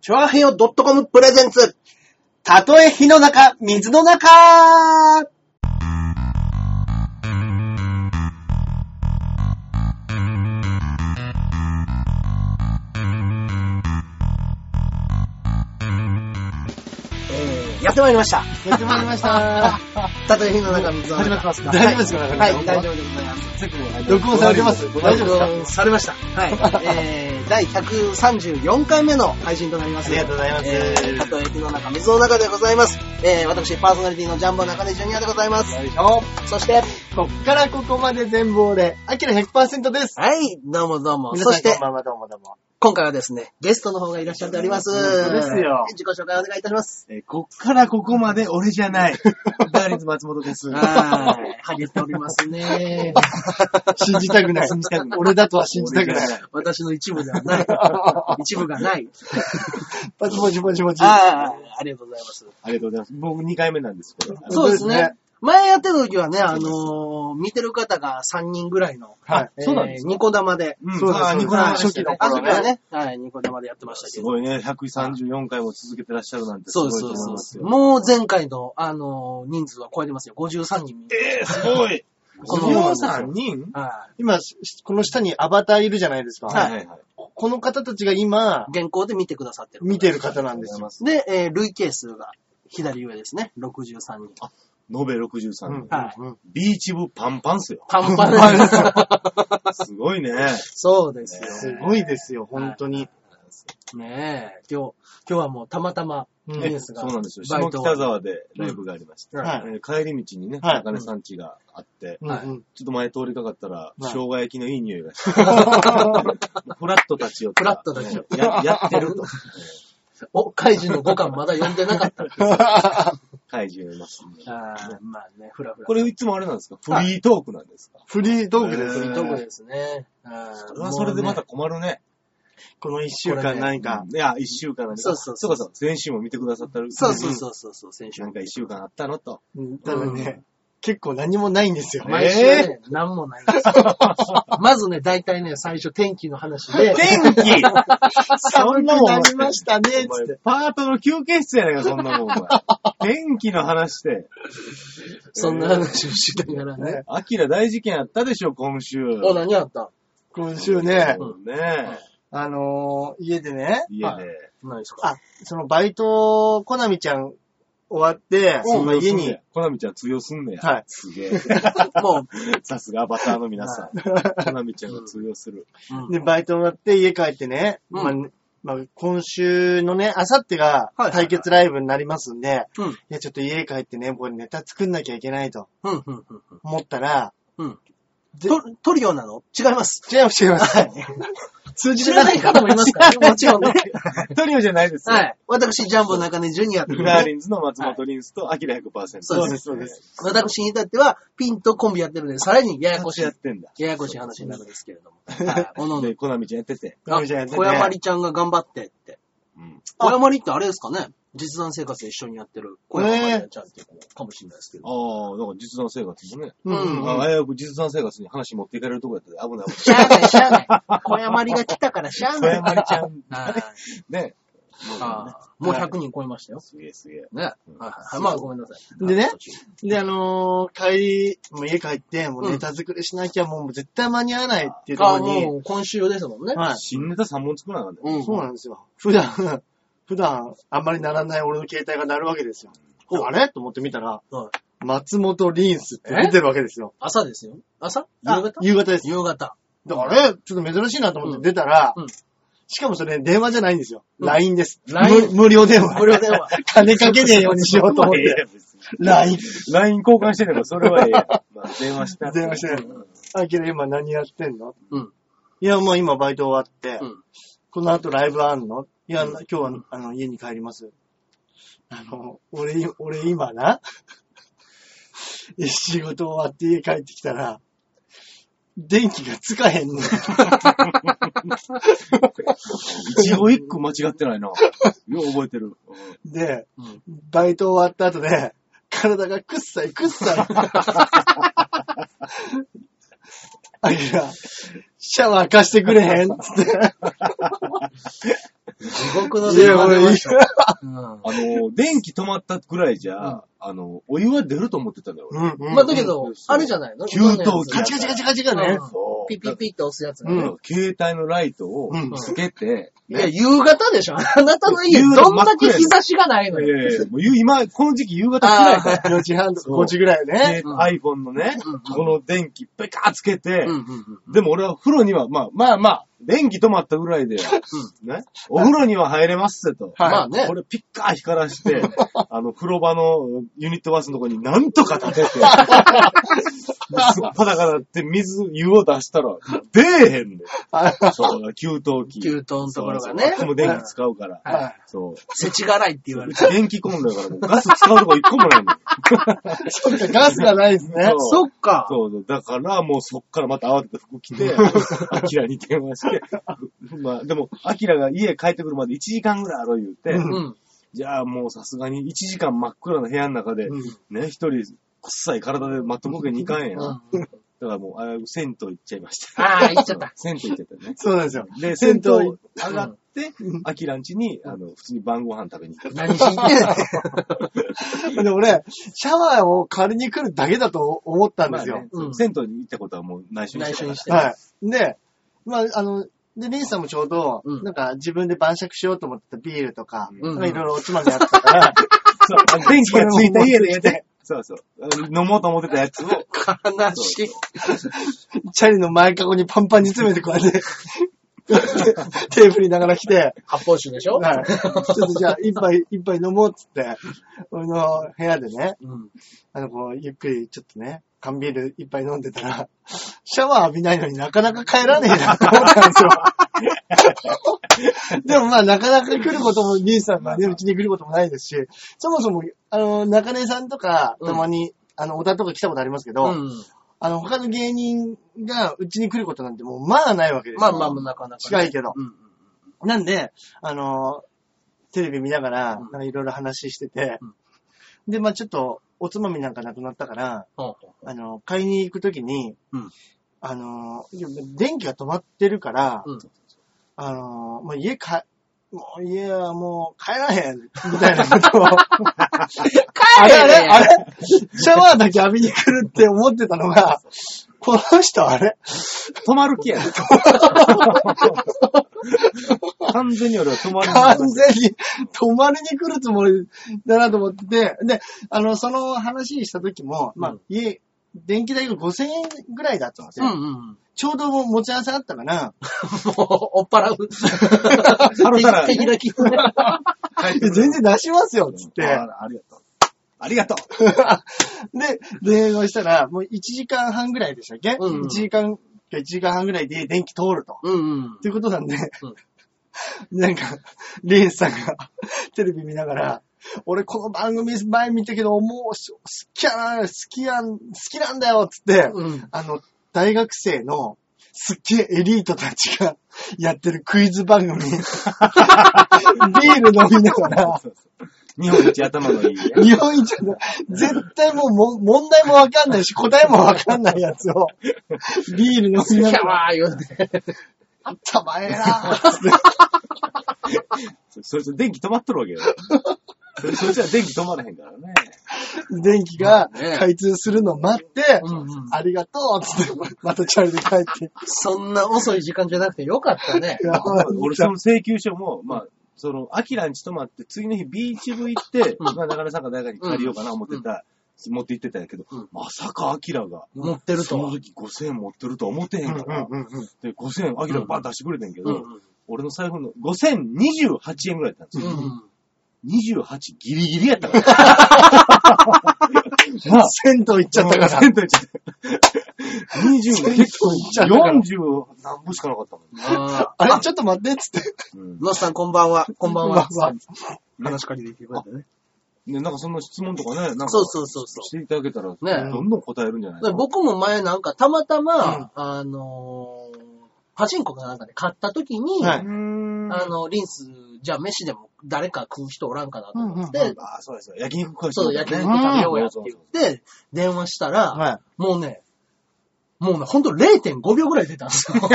チョアヘヨ .com プレゼンツ。たとえ火の中、水の中えーやってまいりました。やってまいりました。 たとえ火の中、水の中。始まってますか大丈夫はでいすか、中村さはいん大丈夫でございます。録音されてます大丈夫ですかされました。はい。えー、第134回目の配信となります。ありがとうございますえー、たとえ駅の中、水の中でございます。えー、私、パーソナリティのジャンボ中根ジュニアでございます。そして、こっからここまで全貌で、アキラ100%です。はい、どうもどうも。皆そさんしてこん、ばんはどうもどうも。今回はですね、ゲストの方がいらっしゃっております。本当ですよ自己紹介お願いいたします。えーこっからここまで俺じゃない。ダーリンズ松本です。はい、ハゲておりますね。信じたくない。信じたくない。俺だとは信じたくない。私の一部ではない。 一部がない。パチポチポチポチ。あああ、ありがとうございます。りがとうございます。僕2回目なんですけど。そうですね。。前やってた時はね、あのー見てる方が3人ぐらいの、はい。そうなんえでーす。ニコ玉で。うんそうですあーニコ玉はい初期のあ、初頃ね期はね。はい、ニコ玉でやってましたけすど。ごいね。134回も続けてらっしゃるなんてすそごういですそうと思いでますすそうです。よ。もう前回の、あのー人数は超えてますよ。53人。えー、すごいこの13人はい今、しこの下にアバターいるじゃないですか。ははいいはいはい。ここの方たちが今、原稿で見てくださってる。見てる方なんですよ。で、えー累計数が左上ですね。63人。延べ63うん年。はい。うんうんビーチ部パンパンっすよパンパンです。すごいね。そうですすよ。ごいですよ、本当に。ねえ。今日、今日はもうたまたま、うんニューねスが。そうなんですよ。バイ下ト北沢でライブがありまして。うんはいえー帰り道にね、はい中根さん家があって、はいうんうんちょっと前通りかかったら、い生姜焼きのいい匂 いがして、フラットたちを、フラットたちをねややってると。お、怪獣の5巻まだ読んでなかった。怪獣いますね。あーまあね、ふらふら。これいつもあれなんですかフリートークなんですかフリートークでえすー。どこですね。あーそれはそれでまた。困るね。この一週間何か。いや、一週間なんでそうそうそうかそう。先週も見てくださったる。そうそうそうそうそう、先週な。んか一週間あったのと。うんただね、結構何もないんですよ。ね毎週ね、何もないんですよまずね、大体ね、最初天気の話で、天気寒そくんなもんなりましたね、つおって前。パートの休憩室やないか、そんなも ん。お前天気の話で。そんな話をしながらね。アキラ大事件あったでしょ、今週。お、何あった今週ね、そうねあのー、家でね、家あで。何ですかあ、そのバイト、コナミちゃん終わって、通まあ用す家んねにや、。コナミちゃん通用すんねや。はいすげえ。 もさすがアバターの皆さん。コナミちゃんが通用する。う、うんで、バイト終わって家帰ってね、うんまあねまあ、今週のね、あさってがはいはいはい対決ライブになりますんで、いうん、や、ちょっと家帰ってね、僕ネタ作んなきゃいけないとうん、うん、うん思ったら、うん。でトトリオなの違います。違います、違います。通じ知てらなないい方もいますからね、もち ろんね。トリオじゃないですよ。はい。私、ジャンボ中根ジュニアといフうラーねリンズの松本リンスとアキラ100%。そうですそうです。私に至っては、ピンとコンビやってるんで、さらにややこ少ししいやっ、てんだ。ややこしい話になるんですけれども。はい。おのおので、コナミちゃんやってて。あダメじゃんやってて小山里ちゃんが頑張ってって。うん。小山里ってあれですかね実弾生活で一緒にやってる小山里ちゃんっていう子かもしれないですけど。ああ、なんか実弾生活もね。うんああ、危うく実弾生活に話持っていかれるとこやったで、危ない危しゃあない、しゃあ ない。小山里が来たからしゃあなない。小い。山ちゃん。はいね。あーもう100人超えましたよ。すげえすげえ。ね。はいはい。まあごめんなさい。でね途中で、あのー帰り、もう家帰って、もうネタ作りしなきゃ、もう絶対間に合わないっていうとこあ、ろに、もう今週ですもんね。はい。新ネタ3本作らなかったよ。うん。そうなんですよ。普段、 普段、あんまり鳴らない俺の携帯が鳴るわけですよ。ほうあれと思って見たら、はい松本リンスって出てるわけですよ。朝ですよ。朝夕あ方夕方です。夕方。だから、あれちょっと珍しいなと思って出たら、うんうんしかもそれ電話じゃないんですよ。うん LINE です。 LINE 無無料電話。無料電話。金かけねえようにしようと思っええやて。ん別に LINE。 LINE 交換してれば、それはええやん。 まあ、電話した。電話して。あ、けど今何やってんのうん。いや、もう今バイト終わって、うんこの後ライブあんのいや、今日は、あの、家に帰ります。あの、俺、俺今な、 仕事終わって家帰ってきたら、電気がつかへん の。一語一句間違ってないな。よう覚えてる。うんで、うんバイト終わった後で、 体がくっさいくっさい。あきら、シャワー貸してくれへんつって。地獄の電話出ました。うんあの、電気止まったぐらいじゃ、うんあの、お湯は出ると思ってたんだよ、俺。うんうんまあ、だけどうん、あれじゃないの給湯器今のやつカチカチカチカチがねう。んそうピッピッピッって押すやつがだね。から携帯のライトをうんつけて、いや、夕方でしょ あなたの家、夕方どんだけ日差しがないのいよ。やいや、もう今、この時期夕方くらいか4時半とそう5時ぐらいら、ね。ね iPhone のね、うんこの電気ペカーつけて、うんうんうん。でも俺は風呂には、まあまあまあ、電気止まったぐらいで、ね、お風呂には入れますってと。はいまあねこ。れピッカー光ら して、あの、風呂場のユニットバスのとこになんとか 立てて、すっぱだからって水、湯を出したら、出えへんねん。そうだ、給湯器。給湯のところがねそうそうここも電気使うから。はいそう。世知辛いって言わうれて。ち電気コンロだからもうガス使うとこ一個もないの。そっか、ガスがないですね。そそうっか。そうそう。だからもうそっからまた慌てて服 着て、アキラに電話して、 まあでも、アキラが家帰ってくるまで1時間ぐらいあろう言うて、うんうん。じゃあもうさすがに1時間真っ暗な部屋の中で、うんね、一人、くっさい体でマットボケに行かんやん。うだんからもう、あ銭湯行っちゃいま した。ああ、言っちゃっ た。銭湯行っちゃったね。そうなんですよ。で、銭銭湯湯上がって、アキラん家に、あの、普通に晩ご飯食べに行っ何しに行ってんので、俺、シャワーを借りに来るだけだと思ったたんですよ。うん銭湯に行ったことはもう内緒に内して緒たにして。はい。で、まあ、あの、で、リンさんもちょうど、うんなんか自分で晩酌しようと思ってたビールとか、うんなんかいろいろおつまみあったから、 そうあの、電気がついた家でやって。そうそう。あの飲もうと思ってたやつを、悲しい。チャリの前かごにパンパンに詰めてこうやって、 テーブルにながら来て、発泡酒でしょはい。ちょっとじゃあ、一杯、一杯飲もうっつって、俺の部屋でね、うん。あの、こう、ゆっくりちょっとね、缶ビール一杯飲んでたら、 シャワー浴びないのになかなか帰らねえなと思ったん ですよ。でもまあ、なかなか来ることも、リーさんがね、うちに来ることもないですし、そもそも、あの、中根さんとか、うんたまに、あの、小田とか来たことありますけど、うん。あの、他の芸人がうちに来ることなんてもう、まあないわけですまあよ。まあ、なかなかね。近いけどうんうんなんで、あの、テレビ見ながら、うんなんかいろいろ話しててう、で、まあちょっと、おつまみなんかなくなったから、ほうほあの、買いに行くときに、うんあの、いや電気が止まってるから、うんあの、もう家か、もう家はもう帰らへん、みたいな ことを。う。あれあれあれれシャワーだけ浴びに来るって思ってたのが、この人あれ止まる気 やね完全に俺は止まる完全に泊まりに来るつもりだなと思ってて、で、あの、その話した時も、まあうん、家、電気代が5000円ぐらいだったんですうんよ。うんうん。ちょうどもう持ち合わせあったから、もう、追っ払う。あのた ら敵敵だけ。いや 全然出しますよ、つって。あありがとう。ありがとう。で、電話したら、もう1時間半ぐらいでしたっけ、うんうん ?1 時間か1時間半ぐらいで電気通ると。うんうんっ。ていうことなんで、 なんか、レンさんがテレビ見ながら、俺この番組前見たけど、もうし好きやな、好きやん、好きなんだよ、つって、うん。あの、大学生の、すっげえエリートたちがやってるクイズ 番組、ビール飲みながら、日本一頭のいい。日本一の、絶対もうも問題もわかんないし、答えもわかんないやつを、ビール飲みキなャがら、ワー言うて。あったまえなそれと電気止まっとるわけよ。 それそいつら電気止まらへんからね。電気がまあね開通するのを待って、うんうんありがとうつって、またチャリで帰って。そんな遅い時間じゃなくてよかったね。俺その請求書も、まあ、その、アキラに泊まって、次の日ビーチ部行って、うんまあ、中根さんが誰かに借りようかな思ってた、持って行ってたんやけど、うんまさかアキラが、持ってるとそのは。時5000円持ってるとは思ってへんから、うんうんうんで、5000円、アキラがバン出してくれてんけど、うんうん俺の財布の5028円ぐらいだったんですうよ。ん。 28ギリギリやったから。まあ、銭湯行っちゃったから。銭湯行っちゃった。20が結構ゃったから40何本しかなかったもん。ああーれ、ちょっと待って、つって。うんノスさん、こんばんは。こんばんは。こんばん話しかけていてくれてね。ね、なんかそんな質問とかね、なんかそうそうそうそうしていただけたら、ねどんどん答えるんじゃないだから僕も前なんか、たまたま、あのー、パチンコかなんかで買った時に、はういーん。あの、リンス、じゃあ飯でも誰か食う人おらんかなと思って、うんうああ、そうですよ。焼肉食わしてそう、くれ焼た肉ね食べようやってそうそうそう言って、電話したら、はもうね、もうね、ほんと0.5秒ぐらい出たんですよ。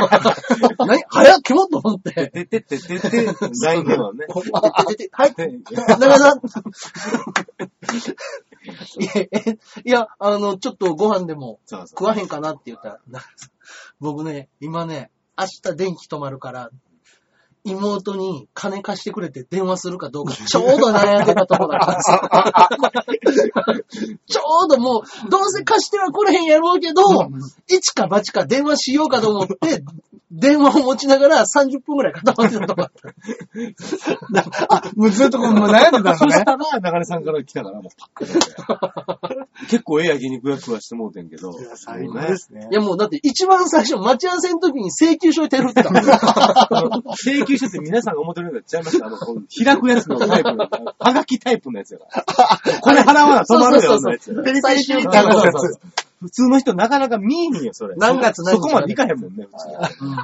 何早っ、キモっと思っ て。ててててて、ラインではね。てててはい、中田さん。いやえ、いや、あの、ちょっとご飯でもそうそ食わへんかなって言ったら、な僕ね、今ね、明日電気止まるから、妹に金貸してくれて電話するかどうか、ちょうど悩んでたとこだったんですよ。ちょうどもう、どうせ貸しては来れへんやろうけど、一か八か電話しようかと思って、電話を持ちながら30分くらい固まってたとこだった。あ、もうずっとこうもう悩んでたそのしね。たら、中根さんから来たから、もうパックだね結構ええ焼肉屋食わしてもうてんけど。いや最高ですねい。やもうだって一番最初待ち合わせの時に請求書に手振ってたもん。あの請求書って皆さんが思ってるようになっちゃいました。あの、こう開くやつのタイプの、はがきタイプのやつやから。これ払わな止まるよ、のやつやから。ペリペリう終そう回そうのそうやそうつ。普通の人なかなか見えへんよ、それ。何月何日そこまでいかへんもんね、普うん通。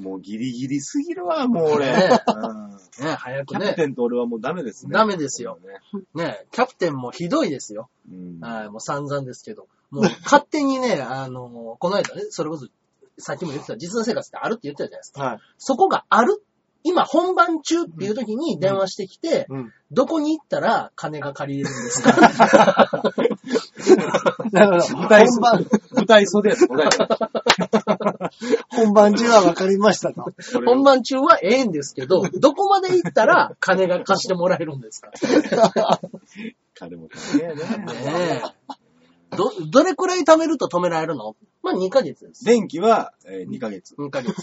もうギリギリすぎるわ、もう俺。ねうんね、早キくャプね。テンと俺はもうダメですね。ダメですよね。ね、キャプテンもひどいですよ。うんはい、もう散々ですけど。もう勝手にね、あの、この間ね、それこそ、さっきも言ってた、実の生活ってあるって言ってたじゃないですか。はい。そこがある、今本番中っていう時に電話してきて、うん。どこに行ったら金が借りれるんですかなるほど。舞台本袖番、、舞台袖やつ、お題が本番中は分かりましたと。それを本番中はええんですけど、どこまで行ったら金が貸してもらえるんですか金も足りねえねねえ。ど、どれくらい貯めると止められるのまあ2ヶ月です。電気はえー2ヶ 月。2ヶ月。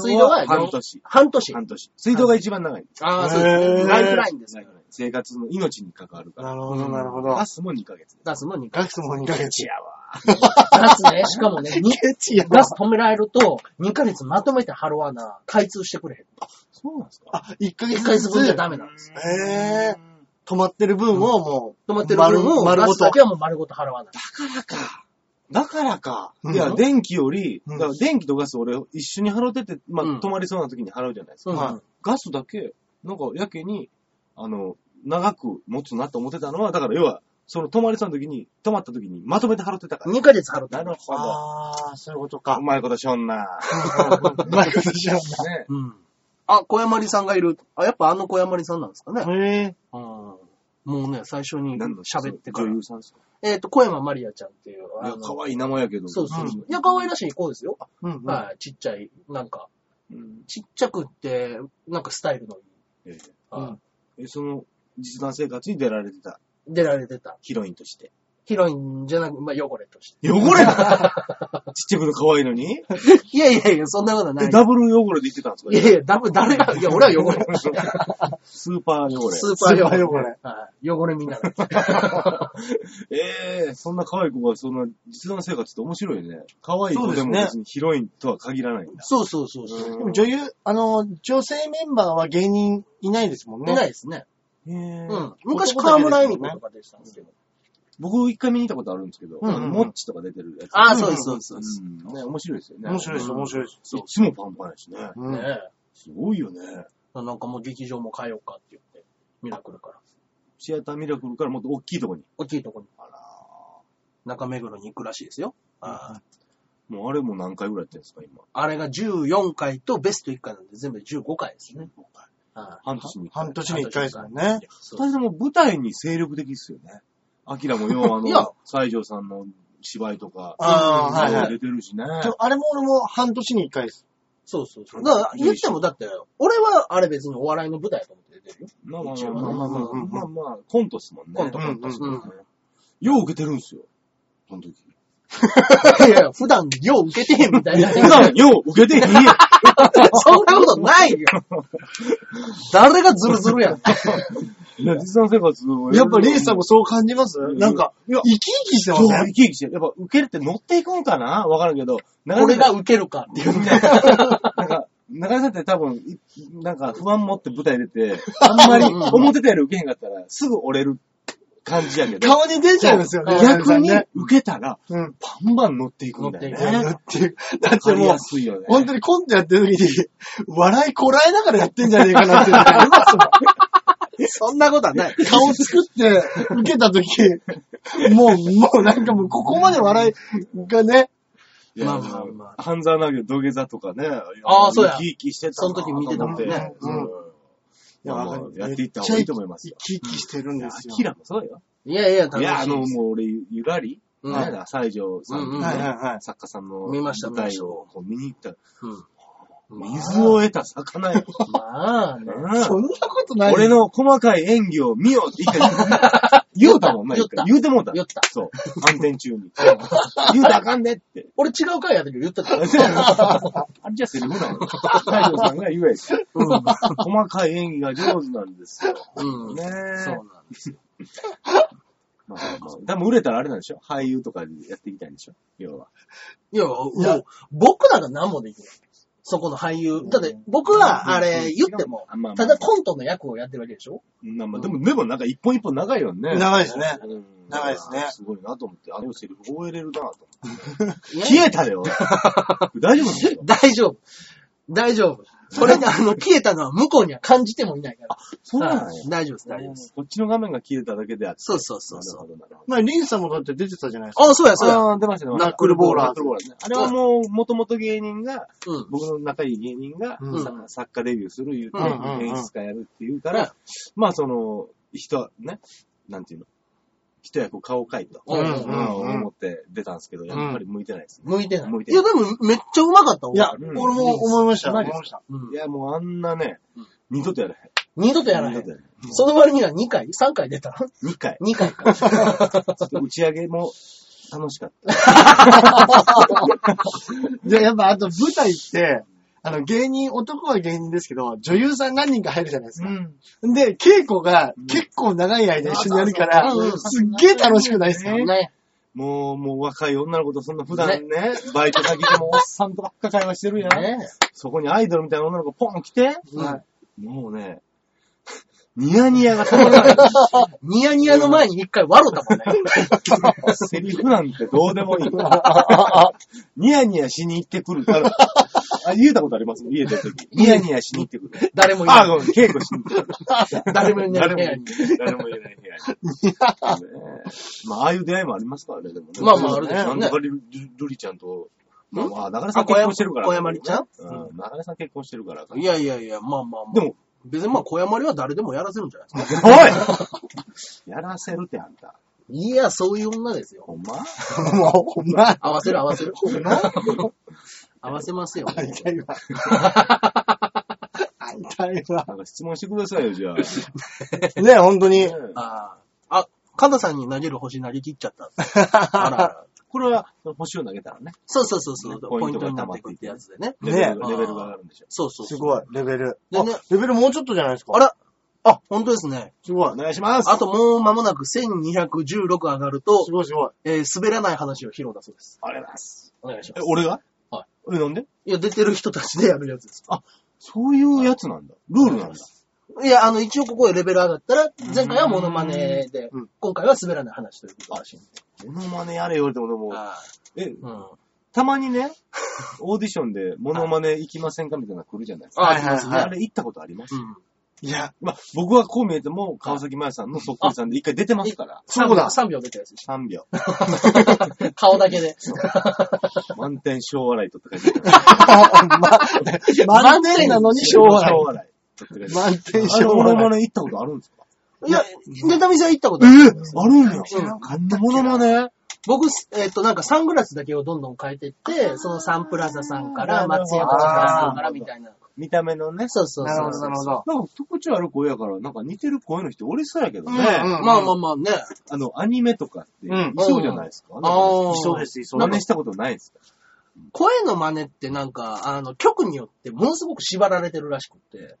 水道は半年。半年。半年。水道が一番長い。ああ、そうへでえす。ライフラインです。生活の命に関わるから。なるほど、なるほどガ。スも2ヶ月。ガスも2ヶガスも2ヶ月。やわ。月。ガスね、しかも ね、にケチやなガ。ス止められると、2ヶ月まとめてハロワナ開通してくれへん。そうなんですかあ、1ヶ月1ヶ月分じゃずダメなんです。つへー止まってる分をもう、止まってる分を、丸ガごスとだ。けはもう丸ごと払わない。だからか。うんいや、電気より、うんだから電気とガス俺一緒に払ってて、まあ、うん止まりそうな時に払うじゃないですか。うんはガスだけ、なんかやけに、あの、長く持つなと思ってたのは、だから要は、その止まりそうな時に、止まった時にまとめて払ってたから。 2ヶ月払ってなるほど。あー、そういうことうか。まいことしょん な。うまいことし よね。うん。あ、小山里さんがいる。あ、やっぱあの小山里さんなんですかね。うね。へー。うんもうね、最初に何の喋ってから女。優さんですかえっと、小山まりやちゃんっていう。いあや、の可愛い名前やけど。。そうそうそううんいや、可愛らしい子ですよ。うんうん。はい、ちっちゃい、なんか、うんちっちゃくって、なんかスタイルのいい。ええあえその、実弾生活に出られてた出られてた。ヒロインとして。ヒロインじゃなく、まあ、汚れとして。汚れだ ちっちゃいこと可愛いのに いやいやいや、そんなことはなえい。ダブル汚れで言ってたんですかい やいや、だぶ、誰 が、いや、俺は汚れ。スーパー汚れ。スーパー汚れ。スーパー汚れはい、汚れ見ながら。ええそんな可愛い子が、そんな実弾生活って面白いね。可愛いそ子うでですもね別にヒロインとは限らないんだ。そうそうそうそう。でも女優、あの、女性メンバーは芸人いないですもんね。いないですね。へえうん。昔、河村恵美子とかでしたんですけど。僕一回見に行ったことあるんですけど、うんうんあのモッチとか出てるやつ。ああ、うんそうです、そうですそうです。うんね、面白いですよね。面白いです、面白いです。いつもパンパンやしね。うねん。え。すごいよね。なんかもう劇場も変えようかって言って、ミラクルから。シアターミラクルからもっと大きいとこに。大きいとこに、あら中目黒に行くらしいですよ。あーもうあれも何回ぐらいやってるんですか、今。あれが14回とベスト1回なんで全部で15回ですね。はい半年に1回。半年に1回ですもんね。そ二う人とも舞台に精力的ですよね。アキラもようあいやの、西条さんの芝居とか、あーはいはい出てるしね。でもあれも俺も半年に1回です。そうそうそう。だから、言ってもだって、俺はあれ別にお笑いの舞台と思って出てるよ。まあまあ一応まあねまあまうんうんあ、まあまあ、コントっすもんね。コントコントっすうんうんよう受けてるんですよ。その時。 いやいや、普段よう受けてへんみ たいな。普段よう受けてへんやん。そんなことないよ。 誰がズルズルやん。いや、実際生活をやっぱリーさんもそう感じますうんなんか、いや生き生きしてまそう、せ生んき生きしてる。やっぱ受けるって乗っていくんかなわからんけど。 俺が受けるかっていう。 なんか、中井さんって多分、いなんか不安持って舞台出て、あんまり思ってたより受けへんかったら、すぐ折れる感じやけど。顔に出ちゃうんですよね。逆にね受けたら、うん。バンバン乗っていくんだよ乗やね。るっていう。だってやりもうや、すいよね。本当にコントやってる時に、笑いこらえながらやってんじゃねえかなっていうのがありますもん。そんなことはない。顔作って、受けた時、もう、もうなんかもうここまで笑いがね、いやまあまあまあ半沢直樹の土下座とかね。あーそうや生き生きしてたなその時見てたもんねと思っうてんやわまあかるやっていった方がいいと思いますよめっちゃ生き生きしてるんいでやすアよ。キラもそうよ。いやいや、楽いしいや、あの、です。もう俺、ゆらり、うんなんだ、西条さんのねはいはいはい。作家さんの見ました舞台をこう見に行ったら、うん水を得た魚や。まあね。 うんそんなことない。俺の細かい演技を見ようって言った 言うたもんな、言った言うてもうた。言ったそう。暗転中に。言うたらあかんねって。俺違う回やったけど言って た。あれじゃセリフなの大将さんが言うん。え。うん。細かい演技が上手なんですよ。そうねえ。なんです。まあまあまあ多分売れたらあれなんでしょ俳優とかでやっていきたいんでしょ要は。いや、もう、僕なんか何もできない。そこの俳優。だって、僕は、あれ、言ってもあまあま、あただコントの役をやってるわけでしょまあまあ、でも、でもなんか一本一本長いよね。長いですね。うん長いですねすごいなと思って、あれをセリフ覚えれるなと思って。いや消えた で、俺大丈夫です よ。大丈夫。大丈夫。それで、あ の、消えたのは向こうには感じてもいないから。そうなんはやい。大丈夫です、大丈夫です。こっちの画面が消えただけであって。そうそうそうそう。なるほどなるほまあ、リンさんもだって出てたじゃないですか。あ、そうや、そうや。ど。あー出ましたね。ナックルボーラーナックルボーラーね。あれはもう、もともと芸人が、うん。僕の仲いい芸人が、うんさ作家デビューする言うて、うんうんうん演出家やるっていうかうんら、まあその、人、ね、なんていうの、一役顔を描いた、うんうんうん思って出たんですけど、やっぱり向いてないですね。向いてない。向いていなや、いでも、めっちゃうまかったわいや、う俺んも思いました。うま思いいですました。うんいや、もうあんなねうん、二度とやらへ二度とやらん。へ二度んと。やらへん。その割には2回 ?3 回出た二回。 ?2 回か。ちょっと打ち上げも楽しかった。で、やっぱあと舞台って、あの芸人、男は芸人ですけど、女優さん何人か入るじゃないですか。ん。で、稽古が結構長い間一緒にやるから、うんすっげえ楽しくないですか、ね。もう、もう若い女の子とそんな普段ね、バイト先でもおっさんとばっか会話してるやん。ねそこにアイドルみたいな女の子ポン来て、うんもうね、ニヤニヤが止まらない。ニヤニヤの前に1回笑ったもん ね。セリフなんてどう でもいい。ニヤニヤしに行ってくるから。あ、言うたことあります家出た時。 ニヤニヤしに行ってくる。誰もいあ、なごめん、稽古しに行ってくる。い。誰もいない部誰も屋いないに。。誰もいない部屋 に。ねえまあ、ああいう出会いもありますからね、でもね。まあまああるでしょうねなんとかりるりちゃんと、まあまあ、中根さんあ小結山婚してるから。小山里ちゃんうん、中根さん結婚してるから。いやいやいや、まあまあまあ。でも、別にまあ、小山里は誰でもやらせるんじゃないですか。おい やらせるってあんた。いや、そういう女ですよ。ほんまもう、お前、合わせる合わせる。合わせますよ。会いた いわ。会いたいわ。なんか質問してくださいよ、じゃあ。ね、本当に。あーあ、カナさんに投げる星投げ切っちゃった。 あらあらこれは、星を投げたらね。そうそうそうそう。ねポイントになってくってやつでね。レねベルがレベルが上がるんでしょ。そうそうそすう。ごい、レベル。であねレベルもうちょっとじゃないですか。あらあ、本当ですね。すごいお。願いします。あともう間もなく1216上がるとす、ごいすごい。えー滑らない話を披露だそうです。ありがとうございます。お願いしまえす。、俺が。はいえ、なんでいや、出てる人たちでやるやつです。そういうやつなんだ。ルールなんだ。いや、あの、一応ここでレベル上がったら、前回はモノマネでうん、今回は滑らない話ということらしいんで。モノマネやれよって俺も、え、うん。たまにね、 オーディションでモノマネ行きませんかみたいなの来るじゃないですか。あ、はあいりはいはいますあね。れ行ったことありますうん。いや、まあ、僕はこう見えても、川崎麻也さんのそっくりさんで一回出てますから。そうだ3秒出たやつでし3秒。ょ。顔だ けで。満点小笑いとって書いてある。 満点なのに昭和。小笑いとって書いてある。満点あれ昭モ和ノ。マネ行ったことあるんですかいや、ネタ見せは行ったことえある。あるんや。あんなモノマネ僕、えっと、なんかサングラスだけをどんどん変えていって、そのサンプラザさんかあーら、松山さんからみたいな。見た目のね。そうそうそう。なるほど、なるほど。なんか特徴ある声やから、なんか似てる声の人おりそうやけどね。うんうんまあまあまあね。あの、アニメとかって、いうんそうじゃないですか。んなんかあーす、い真似したことないですか声の真似ってなんか、あの、曲によってものすごく縛られてるらしくって、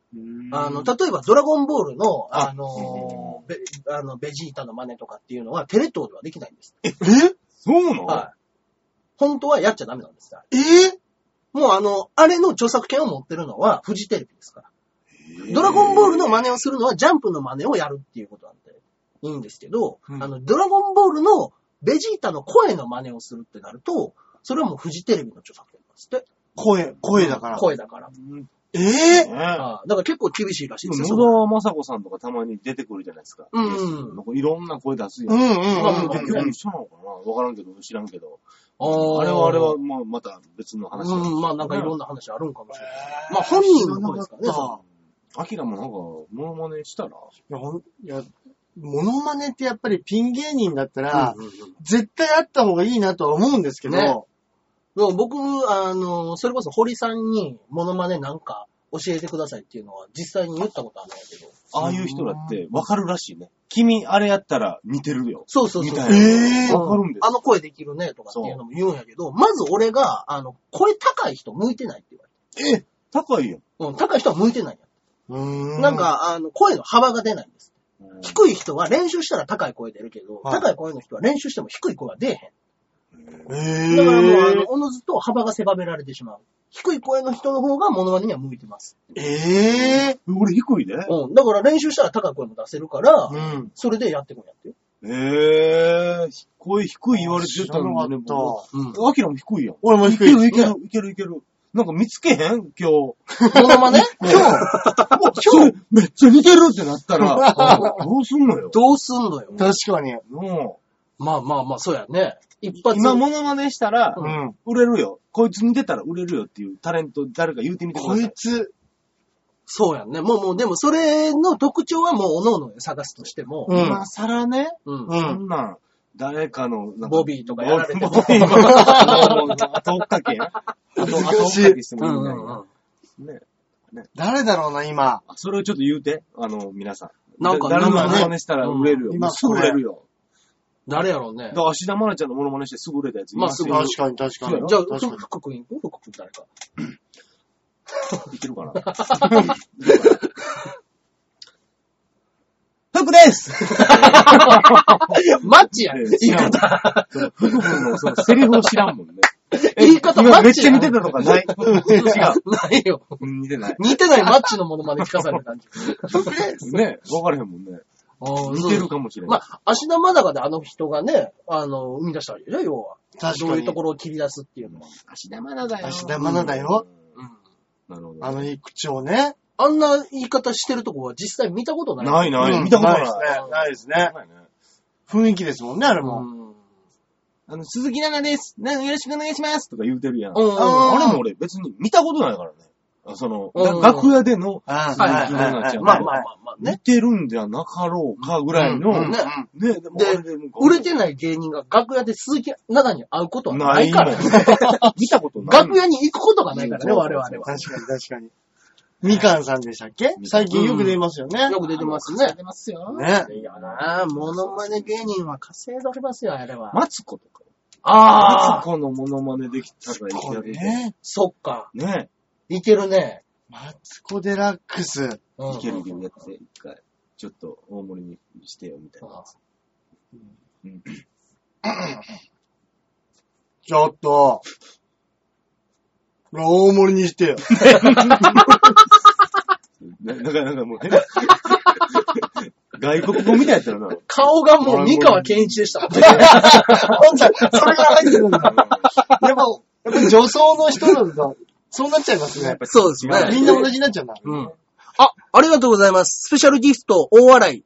あの、例えばドラゴンボールの、ああの、ベあのベジータの真似とかっていうのはテレ東ではできないんです。えそうなの、はい。本当はやっちゃダメなんです。あれえもうあの、あれの著作権を持ってるのはフジテレビですから。ドラゴンボールの真似をするのはジャンプの真似をやるっていうことなんで、いいんですけど、うんあの、ドラゴンボールのベジータの声の真似をするってなると、それはもうフジテレビの著作権なんですって。声、声だから。声だから。うんええねああだから結構厳しいらしいですよ。野そこ沢雅子さんとかたまに出てくるじゃないですか。うんなんかいろんな声出すや。うんんうんうんうん。結局一緒なのかなわからんけど、知らんけど。ああれれははああれれは、は。まあ、また別の話。うん、まあなんかいろんな話あるんかもしれない。まあ本本人人のの声声でですすかかららねねアキラもなんか、モノマネしたらいや、ほん、いや、モノマネってやっぱりピン芸人だったら、うんうんうん絶対あった方がいいなとは思うんですけど、ねでも僕、あの、それこそ堀さんにモノマネなんか教えてくださいっていうのは実際に言ったことあるんだけど。ああいう人だって、わかるらしいね。君、あれやったら似てるよ。そうそうみそうたそ。いうな。えーわかるんですあの声できるねとかっていうのも言うんやけど、まず俺が、あの、声高い人向いてないって言われえ高いよ。て。うん、高い人は向いてないんや。うなん、か、あの、声の幅が出ないんです。低い人は練習したら高い声出るけど、はい高い声の人は練習しても低い声は出えへえん。だからもう、あのー、、おのずと幅が狭められてしまう。低い声の人の方がモノマネには向いてます。ええ俺低いで。うん。だから練習したら高い声も出せるから、うん。それでやってくんやってよ。えぇ、声低い言われてた知らなのかにっね、たもうん。う。アキラも低いやん。俺もい低けい。るいけるいけるいける。なんか見つけへん今日。もモノマ ネう今日めっちゃ似てるってなったら、うんどうすんのよ。どうすんのよ。 確かに。もまあまあまあ、そうやね。一う発。今モノマネしたらう、ん。売れるよ。こいつ似てたら売れるよっていうタレント誰か言うてみてくだこさいい。つ、そうやんね。もうもう、でもそれの特徴はもう、おのの探すとしても、うん今更ね、うんうそん。んなん、誰かの、なんかボビーとかやられてボもボビーとか、もう後追っかけや。後後難しい追っかけしてうもいいんんうだんうよん。ね。誰だろうな、今。それをちょっと言うて、あの、皆さん。なんか誰の今ねモノマネしたら売れるよ。うん今すぐ売れるよ。誰やろうねだか。ら、芦田愛菜ちゃんのモノマネしてすぐ売れたやついますよ。まあ確かに、確かに。じゃあ、確かにふ福君行く福君誰か。いけるかな。福ですマッチやん。知らん。福君のそのセリフを知らんもんね。言い方マ今めっッチちやゃん。似てたとかない違う。ないよ。うん似てない。似てないマッチのものまで聞かされたんじゃん。ねわからへんもんね。似てるかもしれん。まあ、足田愛菜であの人がね、あの、生み出したわけじゃん、要は。確かにどういうところを切り出すっていうのは。芦田愛菜だよ。芦田愛菜だようんうん。なるほど。あの、口をね。あんな言い方してるとこは実際見たことない。ないなうい。ん見たことなないでい。すね。ないですね。ないね雰囲気ですもんね、あれうも。ん。あの、鈴木奈々です。なんかよろしくお願いしますとか言うてるやん。うんああれも俺別に見たことないからね。あその、うんが楽屋でのあ鈴木はい奈々ちゃんまあがまあまあまあね似。てるんじゃなかろうかぐらいの、うんうんね、でもであれなんか売れてない芸人が楽屋で鈴木奈々に会うことはなないいかかららね。 見たことない。楽屋に行くことがないからね、うん我々は。そうよ確かに、確かに。みかんさんでしたっけ最近よく出ますよね。く出てますね。出ますよね。いいよなモノマネ芸人は稼いどりますよ、あれは。マツコとか。マあツあ、コのモノマネできたらいこけれる。ね。そっか。ね。いけるね。マツコデラックス。うんいけるでやって、一回、ちょっと大盛りにしてよ、みたいな。ちょっと。これ大盛りにしてよ。ななんか、なんかもう変な。外国語みたいやったよな。顔がもう三河健一でしたもんね。ほんとそれが入ってくるんだ。やっぱ、やっぱ女装の人なんだ。そうなっちゃいますね。そうですねみんな同じになっちゃうんだ。うん。あ、ありがとうございます。スペシャルギフト、大洗い。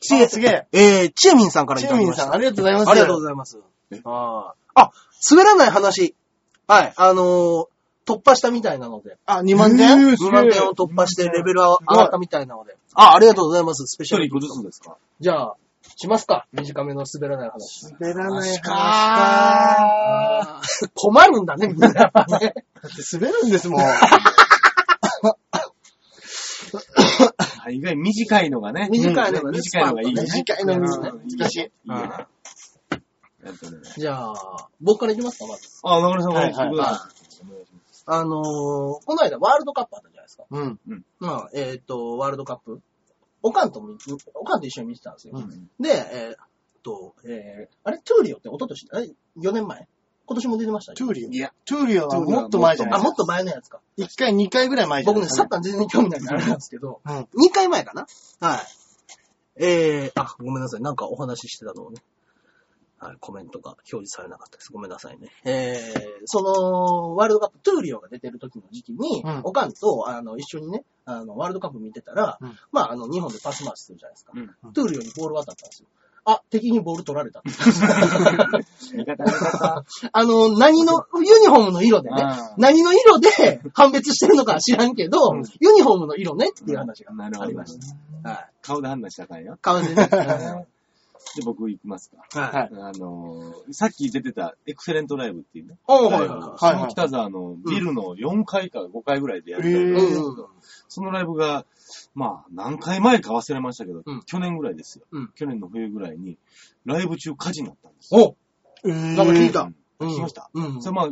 ちあすげえ。えー、ちえみんさんからいチたューだきミまンしさん、た。ありがとうございます。ありがとうございざいますえ。あーあ、滑らない話。はい、あのー突破したみたいなので。ます。あ、2万点2万点を突破してレベルは上がったみたいなので。あ、ありがとうございます。スペシャ一人ル一個ずつですかじゃあ、しますか。短めの滑らない話。滑らない話かあー困るんだね、みん なやっぱね。ー。だって滑るんですもん。あ意外に短いのがね。短いのがね、短いのがいいね。スパッ短いのがねうんいいね難しいいいね。やっとね。とじゃあ、僕からいきますか、まず。あ、中村さん、はいはいお願しますあのー、この間ワールドカップあったじゃないですか。うん。まあ、えっ、と、ワールドカップ。おかんとも、おかんと一緒に見てたんですよ。うんで、えっ、と、えー、あれ、トゥーリオって一昨年、あれ、4年前今年も出てましたトゥーリオ。いや、トゥーリオはもっと前じゃないあ、ですもっか。と前のやつか。 1回、2回ぐらい前じゃ僕ないでね、すサッ。カかー全然興味ないからあれなんですけど、ううんん、2回前かなはい。えー、あ、ごめんなさい。なんかお話ししてたのをね。はい、コメントが表示されなかったです。ごめんなさいね。えー、その、ワールドカップ、トゥーリオが出てる時の時期に、うんおかんと、あの、一緒にね、あの、ワールドカップ見てたら、うんまあ、あの、日本でパス回しするじゃないですか。うんトゥーリオにボール渡ったんですよ。あ、敵にボール取られた。味方味方。あの、何の、ユニフォームの色でね、うん何の色で判別してるのかは知らんけど、うんユニフォームの色ねっていう話がなるほどありました。はい。顔で判断したらあかんよ。完全に。 はいで、僕行きますか。はい。あのー、さっき出てたエクセレントライブっていうね。おーラはイいブはいがははいはい下北沢のビルの4階か5階ぐらいでやったんですけい。どうんうんうんそのライブが、まあ、何回前か忘れましたけど、うん去年ぐらいですよ、うん去年の冬ぐらいに、ライブ中火事になったんですよ。おえーなんか聞いた。聞きました。うん。うんそれまあ、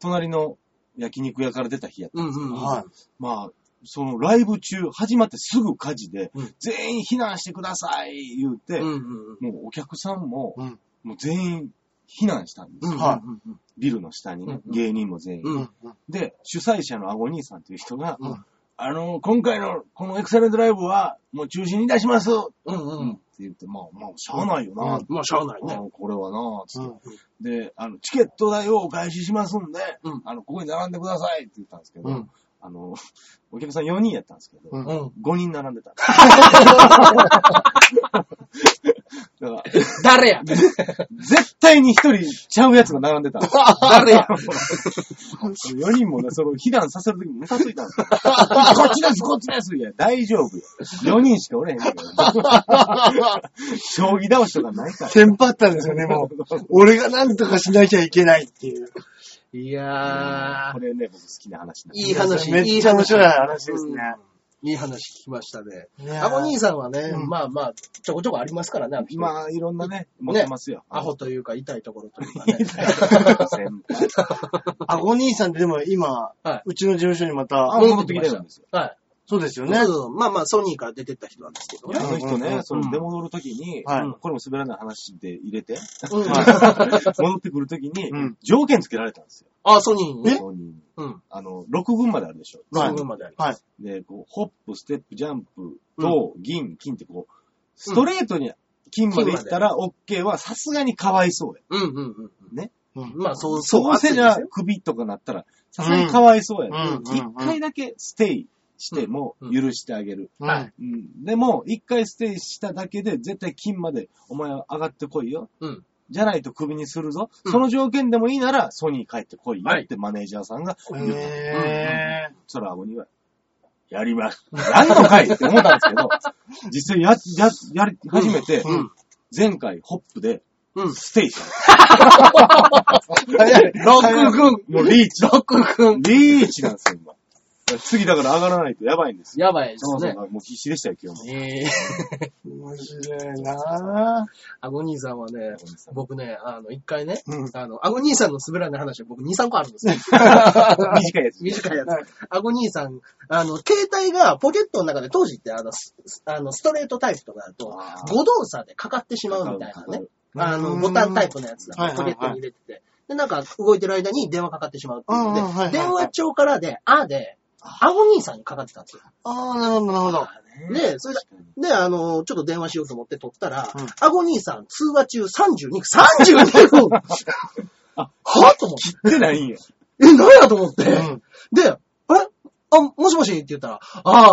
隣の焼肉屋から出た日やった。うんうん。はい。まあ、そのライブ中、始まってすぐ火事で、うん全員避難してください言うて、うんうんうん。もうお客さんも、うんもう全員避難したんですよ。うんはビルの下にね、うん芸人も全員。うんうんうんで、主催者のアゴ兄さんという人が、うんあの、今回のこのエクセレントライブは、もう中止にいたします、うんうんうってん。言って、まあ、まあ、しゃあないよな、うまあ、しゃあないあね。のこれはな、つって、うんで、あの、チケット代をお返ししますんで、うんあの、ここに並んでくださいって言ったんですけど、うんあの、お客さん4人やったんですけど、うんうん。 5人並んでたんですだから、誰や絶対に1人ちゃうやつが並んでたんですよ。誰 や4人もね、それを避難させるときにムカついたんですよ。こっちです、こっちですいや、大丈夫よ。4人しかおれへんから。将棋倒しとかないから。テンパったんですよね、もう。 俺がなんとかしなきゃいけないっていう。いやこー、れね、僕好きな話なんですいい話、めっちゃ面白い話ですね。いい話聞きましたね。いやーアゴ兄さんはね、うんまあまあ、ちょこちょこありますからね、あの人まあ、いろんなね、持ってますよ。アホというか痛いところというかね。 先輩あご兄さんってでも今、はいうちの事務所にまあた、戻ってきてるんですよ。はい。そうですよねね。、まあまあ、ソニーから出てった人なんですけどあね。の人うんうんうね、んその出戻るときに、はいうんこれも滑らない話で入れて、うん。戻ってくるときにうん、条件つけられたんですよ。あ、ソニーにね。本人にうん。あの、6軍まであるでしょ。はいそこまであります。で、こう、ホップ、ステップ、ジャンプ、銅、銀、金ってこう、ストレートに金までいったら、OK はさすがにかわいそうや。うんうんうんうん。ね。うんまあ、そう、そこせじゃ熱いですよ首とかなったら、さすがにかわいそうやうね。ん一、回だけステイしてもうん許してあげる。うんはいうんでも、一回ステイしただけで、絶対金まで、お前は上がってこいよ。うんじゃないと首にするぞ。うんその条件でもいいなら、ソニー帰ってこいよはいってマネージャーさんが言った。へそら、アゴには、やります。やんのかいって思ったんですけ ど、実際や、や、やり始めて、うん前回ホップで、うん。ステイした。早い。ロック軍もうリーチロ。ック軍リーチなんですよ、今。次だから上がらないとやばいんですよ。やばいですそうそうね。もう必死でしたよ、今日も。ええー。面白いなぁ。アゴ兄さんはね、僕ね、あの、一回ね、うんあの、アゴ兄さんの滑らない話は僕2、3個あるん ですよ。短いやつ。短いやつはい。アゴ兄さん、あの、携帯がポケットの中で当時ってあの、スあのストレートタイプとかだとあ、ー誤動作でかかってしまうみたいなね。あの、ボタンタイプのやつはだい。はポいケはいットに入れてて。で、なんか動いてる間に電話かかってしまうっていうのうんうんはいはいはで、い電話帳からで、あーで、アゴ兄さんにかかってたんですよ。ああ、なるほど、なるほど。で、それでで、あの、ちょっと電話しようと思って取ったら、うんアゴ兄さん通話中32分、32分 はぁと思って、切ってないんや。え、何やと思って。うんで、あれあ、もしもしって言ったら、あ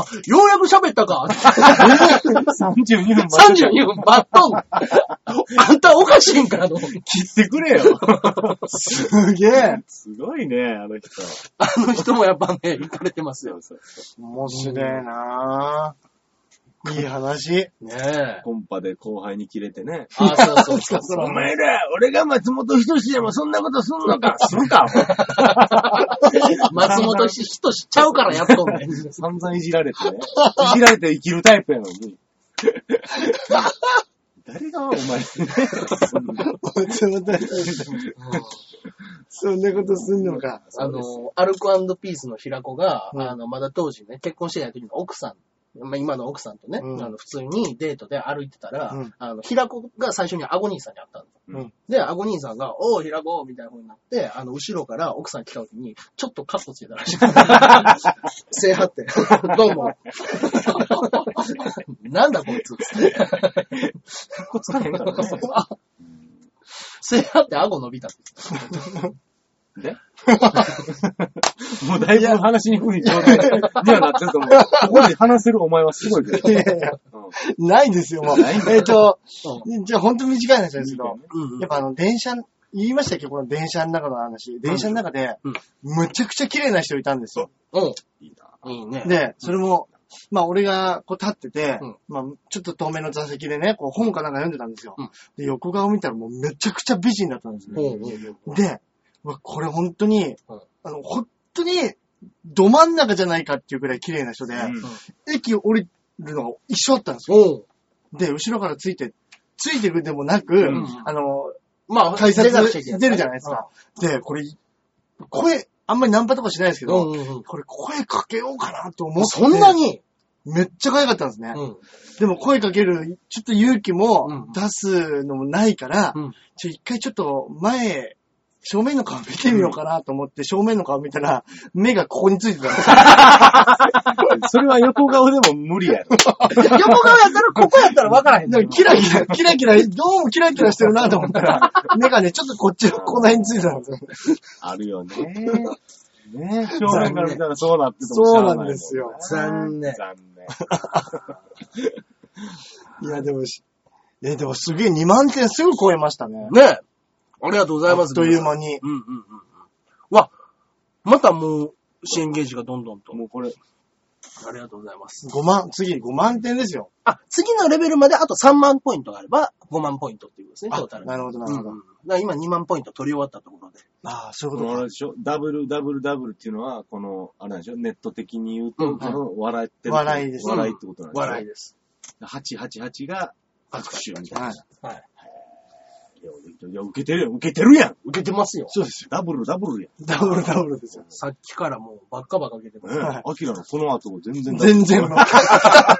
あ、ようやく喋った か。 32分待ってた32分バット ン。あんたおかしいんかと思って。切ってくれよ。すげえ。 すごいね、あの人。あの人もやっぱね、行かれてますそよう。そうそう面白いなぁ。いい話。ね え。コンパで後輩に切れてね。ああ、そう そうそうお前ら、俺が松本人志でも そんなことすんのかするか松本人志しちゃうからやっとんねん。散々いじられてね。いじられて生きるタイプやの に。誰がお前、そんなちょっと待ってそんなことすんの か。あの、アルコピースの平子が、うんあの、まだ当時ね、結婚してない時の奥さん、まあ、今の奥さんとね、うんあの普通にデートで歩いてたら、うんあの、平子が最初にアゴ兄さんに会ったんですうんで、アゴ兄さんが、おう、平子みたいな風になって、あの、後ろから奥さん来た時に、ちょっとカッコつけたらしい。正派 って。どうも。なんだこいつ。 格好つかへんからね。せやって顎伸びた。でもうだいぶ話にくい状態にはなってると思う。ここで話せるお前はすごいけど。いやいや、う んないですよ、もう。ないえっとそ、じゃあ本当短い話ですけど、うんやっぱあの、電車、言いましたっけこの電車の中の話。電車の中でうん、むちゃくちゃ綺麗な人いたんですよ。うん。いいね。で、それも、まあ俺がこう立ってて、うんまあちょっと透明の座席でね、こう本かなんか読んでたんですよ。うんで、横顔見たらもうめちゃくちゃ美人だったんですね。ほうほうほうで、うわこれ本当にうん、あの、本当に、ど真ん中じゃないかっていうくらい綺麗な人で、うん駅降りるのが一緒だったんですよ。おうで、後ろからついて、ついてくるでもなく、うんあの、まあ、改札出なくちゃいけない出るじゃないですか。で、これ、声、あんまりナンパとかしないですけうど、んうんうん。これ声かけようかなと思って。そんなにめっちゃ可愛かったんですね。うん。でも声かける、ちょっと勇気もうん出すのもないから、うんちょ、一回ちょっと前、正面の顔見てみようかなと思って、正面の顔見たら、目がここについてたんですよ。それは横顔でも無理やろ。横顔やったら、ここやったら分からへんのでもキラキラ、キラキラ、どうもキラキラしてるなと思っ たら、目がね、ちょっとこっちの、この辺についてたんですよ。あるよね。ね正面から見たらそうなっててもしそうゃあいもなんですよ。残念。残念。いや、でもし、え、でもすげえ2万点すぐ超えましたね。ねえ。ありがとうございあまっす。という間に。うんうんうんうん。わ、またもう、支援ゲージがどんどんと。もうこれ、ありがとうございます。 5万、次5万点ですよ。あ、次のレベルまであと3万ポイントがあれば、5万ポイントっていうことですね、あトータル。なるほど、なうるんうほんど。だから今2万ポイント取り終わったところで。ああ、そういうこことのかあれでしょダブル、ダブル、ダブルっていうのは、この、あれなんでしょネット的に言うと、うんこの笑ってる。笑いですね笑いってことなんです笑いです。い。888が握手みたいな。はいい。はい。やいや、いや受けてるやん、受けてるやん受けてますよ。そうですよ。ダブル、ダブルやダブルダブルですよ。さっきからもう、ばっかばか受けてます。ん。はねいアキラのこの後全然全 然、ピタ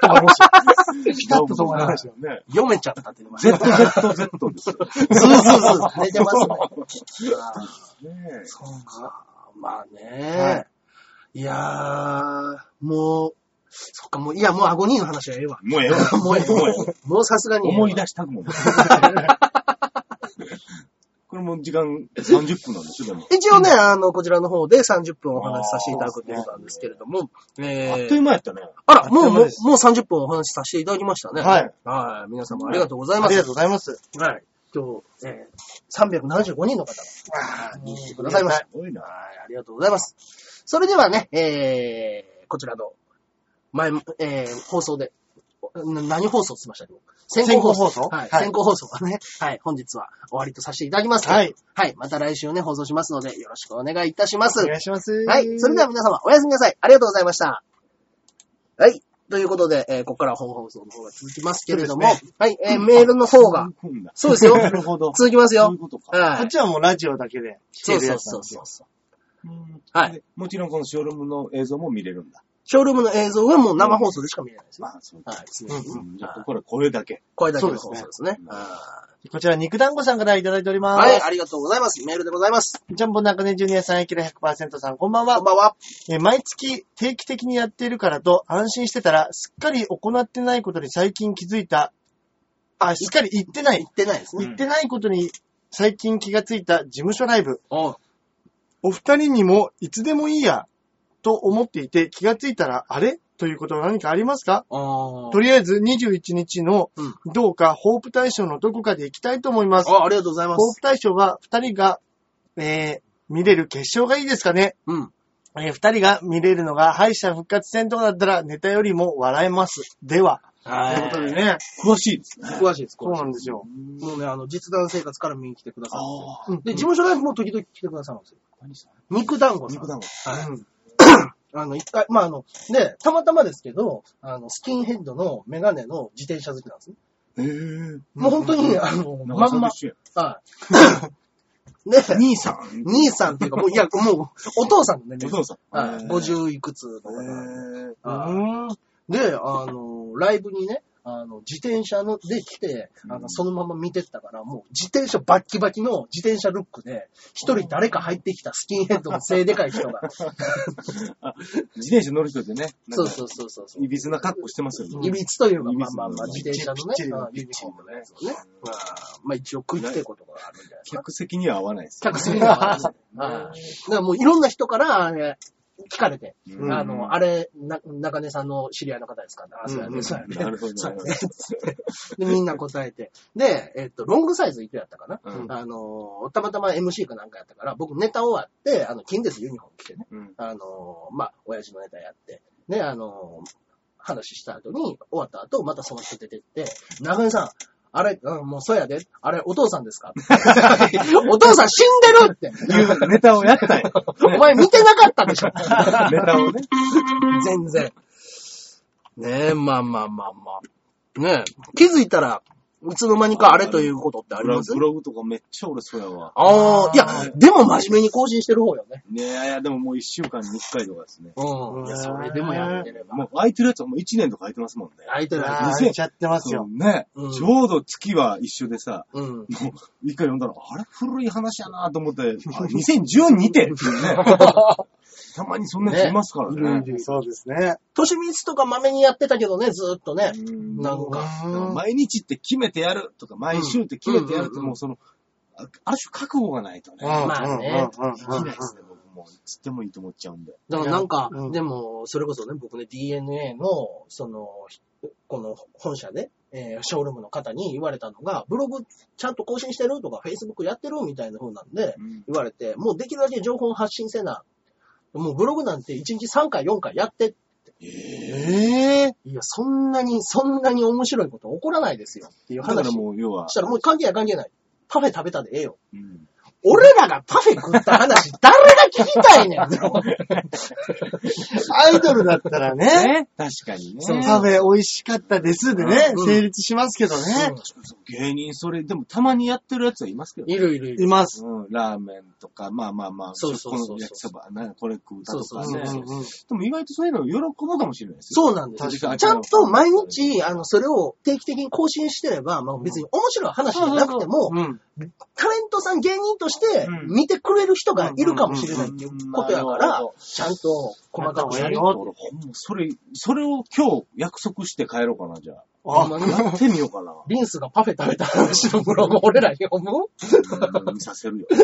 ッと思いました。ピタッと止まりましたよ。ね。読めちゃったって言いました。 ZZZ ですよ。そうそうそう。寝てますね。あーねそうか。まあね。、はいやー、もう、そっか、もう、いや、もうアゴニーの話はええわ。もうええわ。もうええもうええわ。もうさすがにええわ。思い出したくもない。これもう時間30分なんですよ、でも。一応ね、あの、こちらの方で30分お話しさせていただくということなんですけれども、えあっとーいう間やったね。あら、もあう、っというも間うですもう30分お話しさせていただきましたね。はい。はい。皆様ありがとうございあまりす。がとうございます。はい。今日、えー、375人の方が見てくださいました。すごいな。はい、ありがとうございます。それではね、えー、こちらの、前、えー、放送で、な何放送って言いましたけど、先先行放送はい、はい先行放送がね、はい、本日は終わりとさせていただきます。はい。はい、また来週ね、放送しますので、よろしくお願いいたしますお。願いします。はい、それでは皆様、おやすみなさい。ありがとうございました。はい。ということで、えー、ここからは本放送の方が続きますけれども、そうではい、えー、メールの方が、そうなんだそうですよなるほど。 続きますそよういう。ことか。はこっい。ちはもうラジオだけで聞そけうるそやうつなそんうですそよう。そう。うんはいでもちろんこのショールームの映像も見れるんだ。ショールームの映像はもう生放送でしか見れないですね。まあ、そうはい、常にううんんじゃあ、ここからこれだけ。声だけの放送ですねそうですね。あこちら肉団子さんからいただいておりーます。はい、ありがとうございます。メールでございます。ジャンボ中根ジュニアさん、アキラ100%さん、こんばんはこん。ばんは。えー毎月定期的にやっているからと安心してたら、すっかり行ってないことに最近気づいた。あ、すっかり行ってない行っ。てないですね。行ってないことに最近気がついた事務所ライブ。おうお二人にもいつでもいいや、と思っていて気がついたら、あれということは何かありますかおとりあえず21日のうんどうかホープ大賞のどこかで行きたいと思います。あありがとうございまホーすプ。大賞は二人が、えー見れる決勝がいいですかねうん。えー二人が見れるのが敗者復活戦とかだったらネタよりも笑えます。では、ということでね、詳しいですね。詳しいです、そう詳しいなんですよ。ですもうね、あの、実弾生活から見に来てくださっああ。うんて。で、事務所ライブも時々来てくださるんですよ。何さ肉団子さん。肉だもん。はい。うんあの、一回、まあ、あの、で、たまたまですけど、あの、スキンヘッドのメガネの自転車好きなんですね。ええ。もう本当に、あの、ま長んさまと。一緒やはい。ね兄さん。兄さんっていうか、もう、いや、もう、お父さんのね、お父さん。はい、50いくつの方なんでええ。はいで、あの、ライブにね、あの、自転車ので来て、あの、そのまま見てったから、もう自転車バッキバキの自転車ルックで、一人誰か入ってきたスキンヘッドの背でかい人 が。自転車乗る人ってね、なそんうかそうそうそう。いびつな格好してますよいね。びつというか、いびまあつまあまあ、うん自転車のびっちりね、あユニフォームのやつをね。まあ、まあ一応食いつけことがあるんじゃないですか。客席には合わないですよ。客席があるんですよ。ああだからもういろんな人から、あれ、聞かれて、うんあの、あれ、な、中根さんの知り合いの方ですかあ、そうやね、そうやね。なるほど。そうやね。で、みんな答えて。で、えっと、ロングサイズいくやったかな、うんあの、たまたま MC かなんかやったから、僕ネタ終わって、あの、金ですユニフォーム着てね。うんあの、まあ、親父のネタやって、ね、あの、話した後に、終わった後、またその人出てって、長根さん、あれ、うん、もうそうやで、あれ、お父さんですか お父さん死んでるって、いうネタをやった んや。お前見てなかったでし ょネタをね。全然。ねえ、まあまあまあまあ。ねえ、気づいたら、いつの間にかあれということってありブロまグすブログとかめっちゃ俺そうやわ。ああ、いやあ、でも真面目に更新してる方よね。ねえ、でももう一週間に一回とかですね。うんいや、それでもやってれば。もう空いてるやつはもう一年とか空いてますもんね。空いてない。あー2000やっちゃってますよ。ね、うんちょうど月は一緒でさ、うん。もう一回読んだら、あれ古い話やなと思って、あ2012て っていうね。たまにそんなやついますからね。そうですね。 都市密とか豆にやってたけどね、ずーっとね。うんなんか、うん毎日って決めてやるとか、毎週って決めてやるって、うんもうその、あある種覚悟がないとね。まあねうんうんできうんなういんですね、僕も。いつでもいいと思っちゃうんで。だからなんか、いやうんでも、それこそね、僕ね、DNA の、その、ひこの本社で、えーショールームの方に言われたのが、ブログちゃんと更新してるとか、Facebook やってるみたいな風なんで、言われて、もうできるだけ情報発信せな。もうブログなんて1日3回、4回やって。ええいや、そんなに、そんなに面白いこと起こらないですよ。っていうだから話。もう、要はし、たらもう関係ない関係ない。パフェ食べたでええよ。うん俺らがパフェ食った話、誰が聞きたいねん。アイドルだったらね、 ね確かにね。そうパフェ美味しかったですでね、うん成立しますけどね。そう芸人、それ、でもたまにやってるやつはいますけどね。いるいるいいる。ます。うん、ラーメンとか、まあまあまあ、そうそうそうそうこの焼きそば、なんかこれ食うたとそかうね。そうそううんうんうんでも意外とそういうの喜ぶかもしれないですよ。そうなんですよ確かにちゃんと毎日、あの、それを定期的に更新してれば、まあ別に面白い話じゃなくても、うんタレントさん、芸人としてうん見てくれる人がいるかもしれないっていううんことやかならるほど、ちゃんと細かくややるり。と俺ほんまそれ、それを今日約束して帰ろうかな、じゃあ。ほんまあ、にやってみよ うかな。リンスがパフェ食べた話のブログ、俺ら読むうん見させるよ。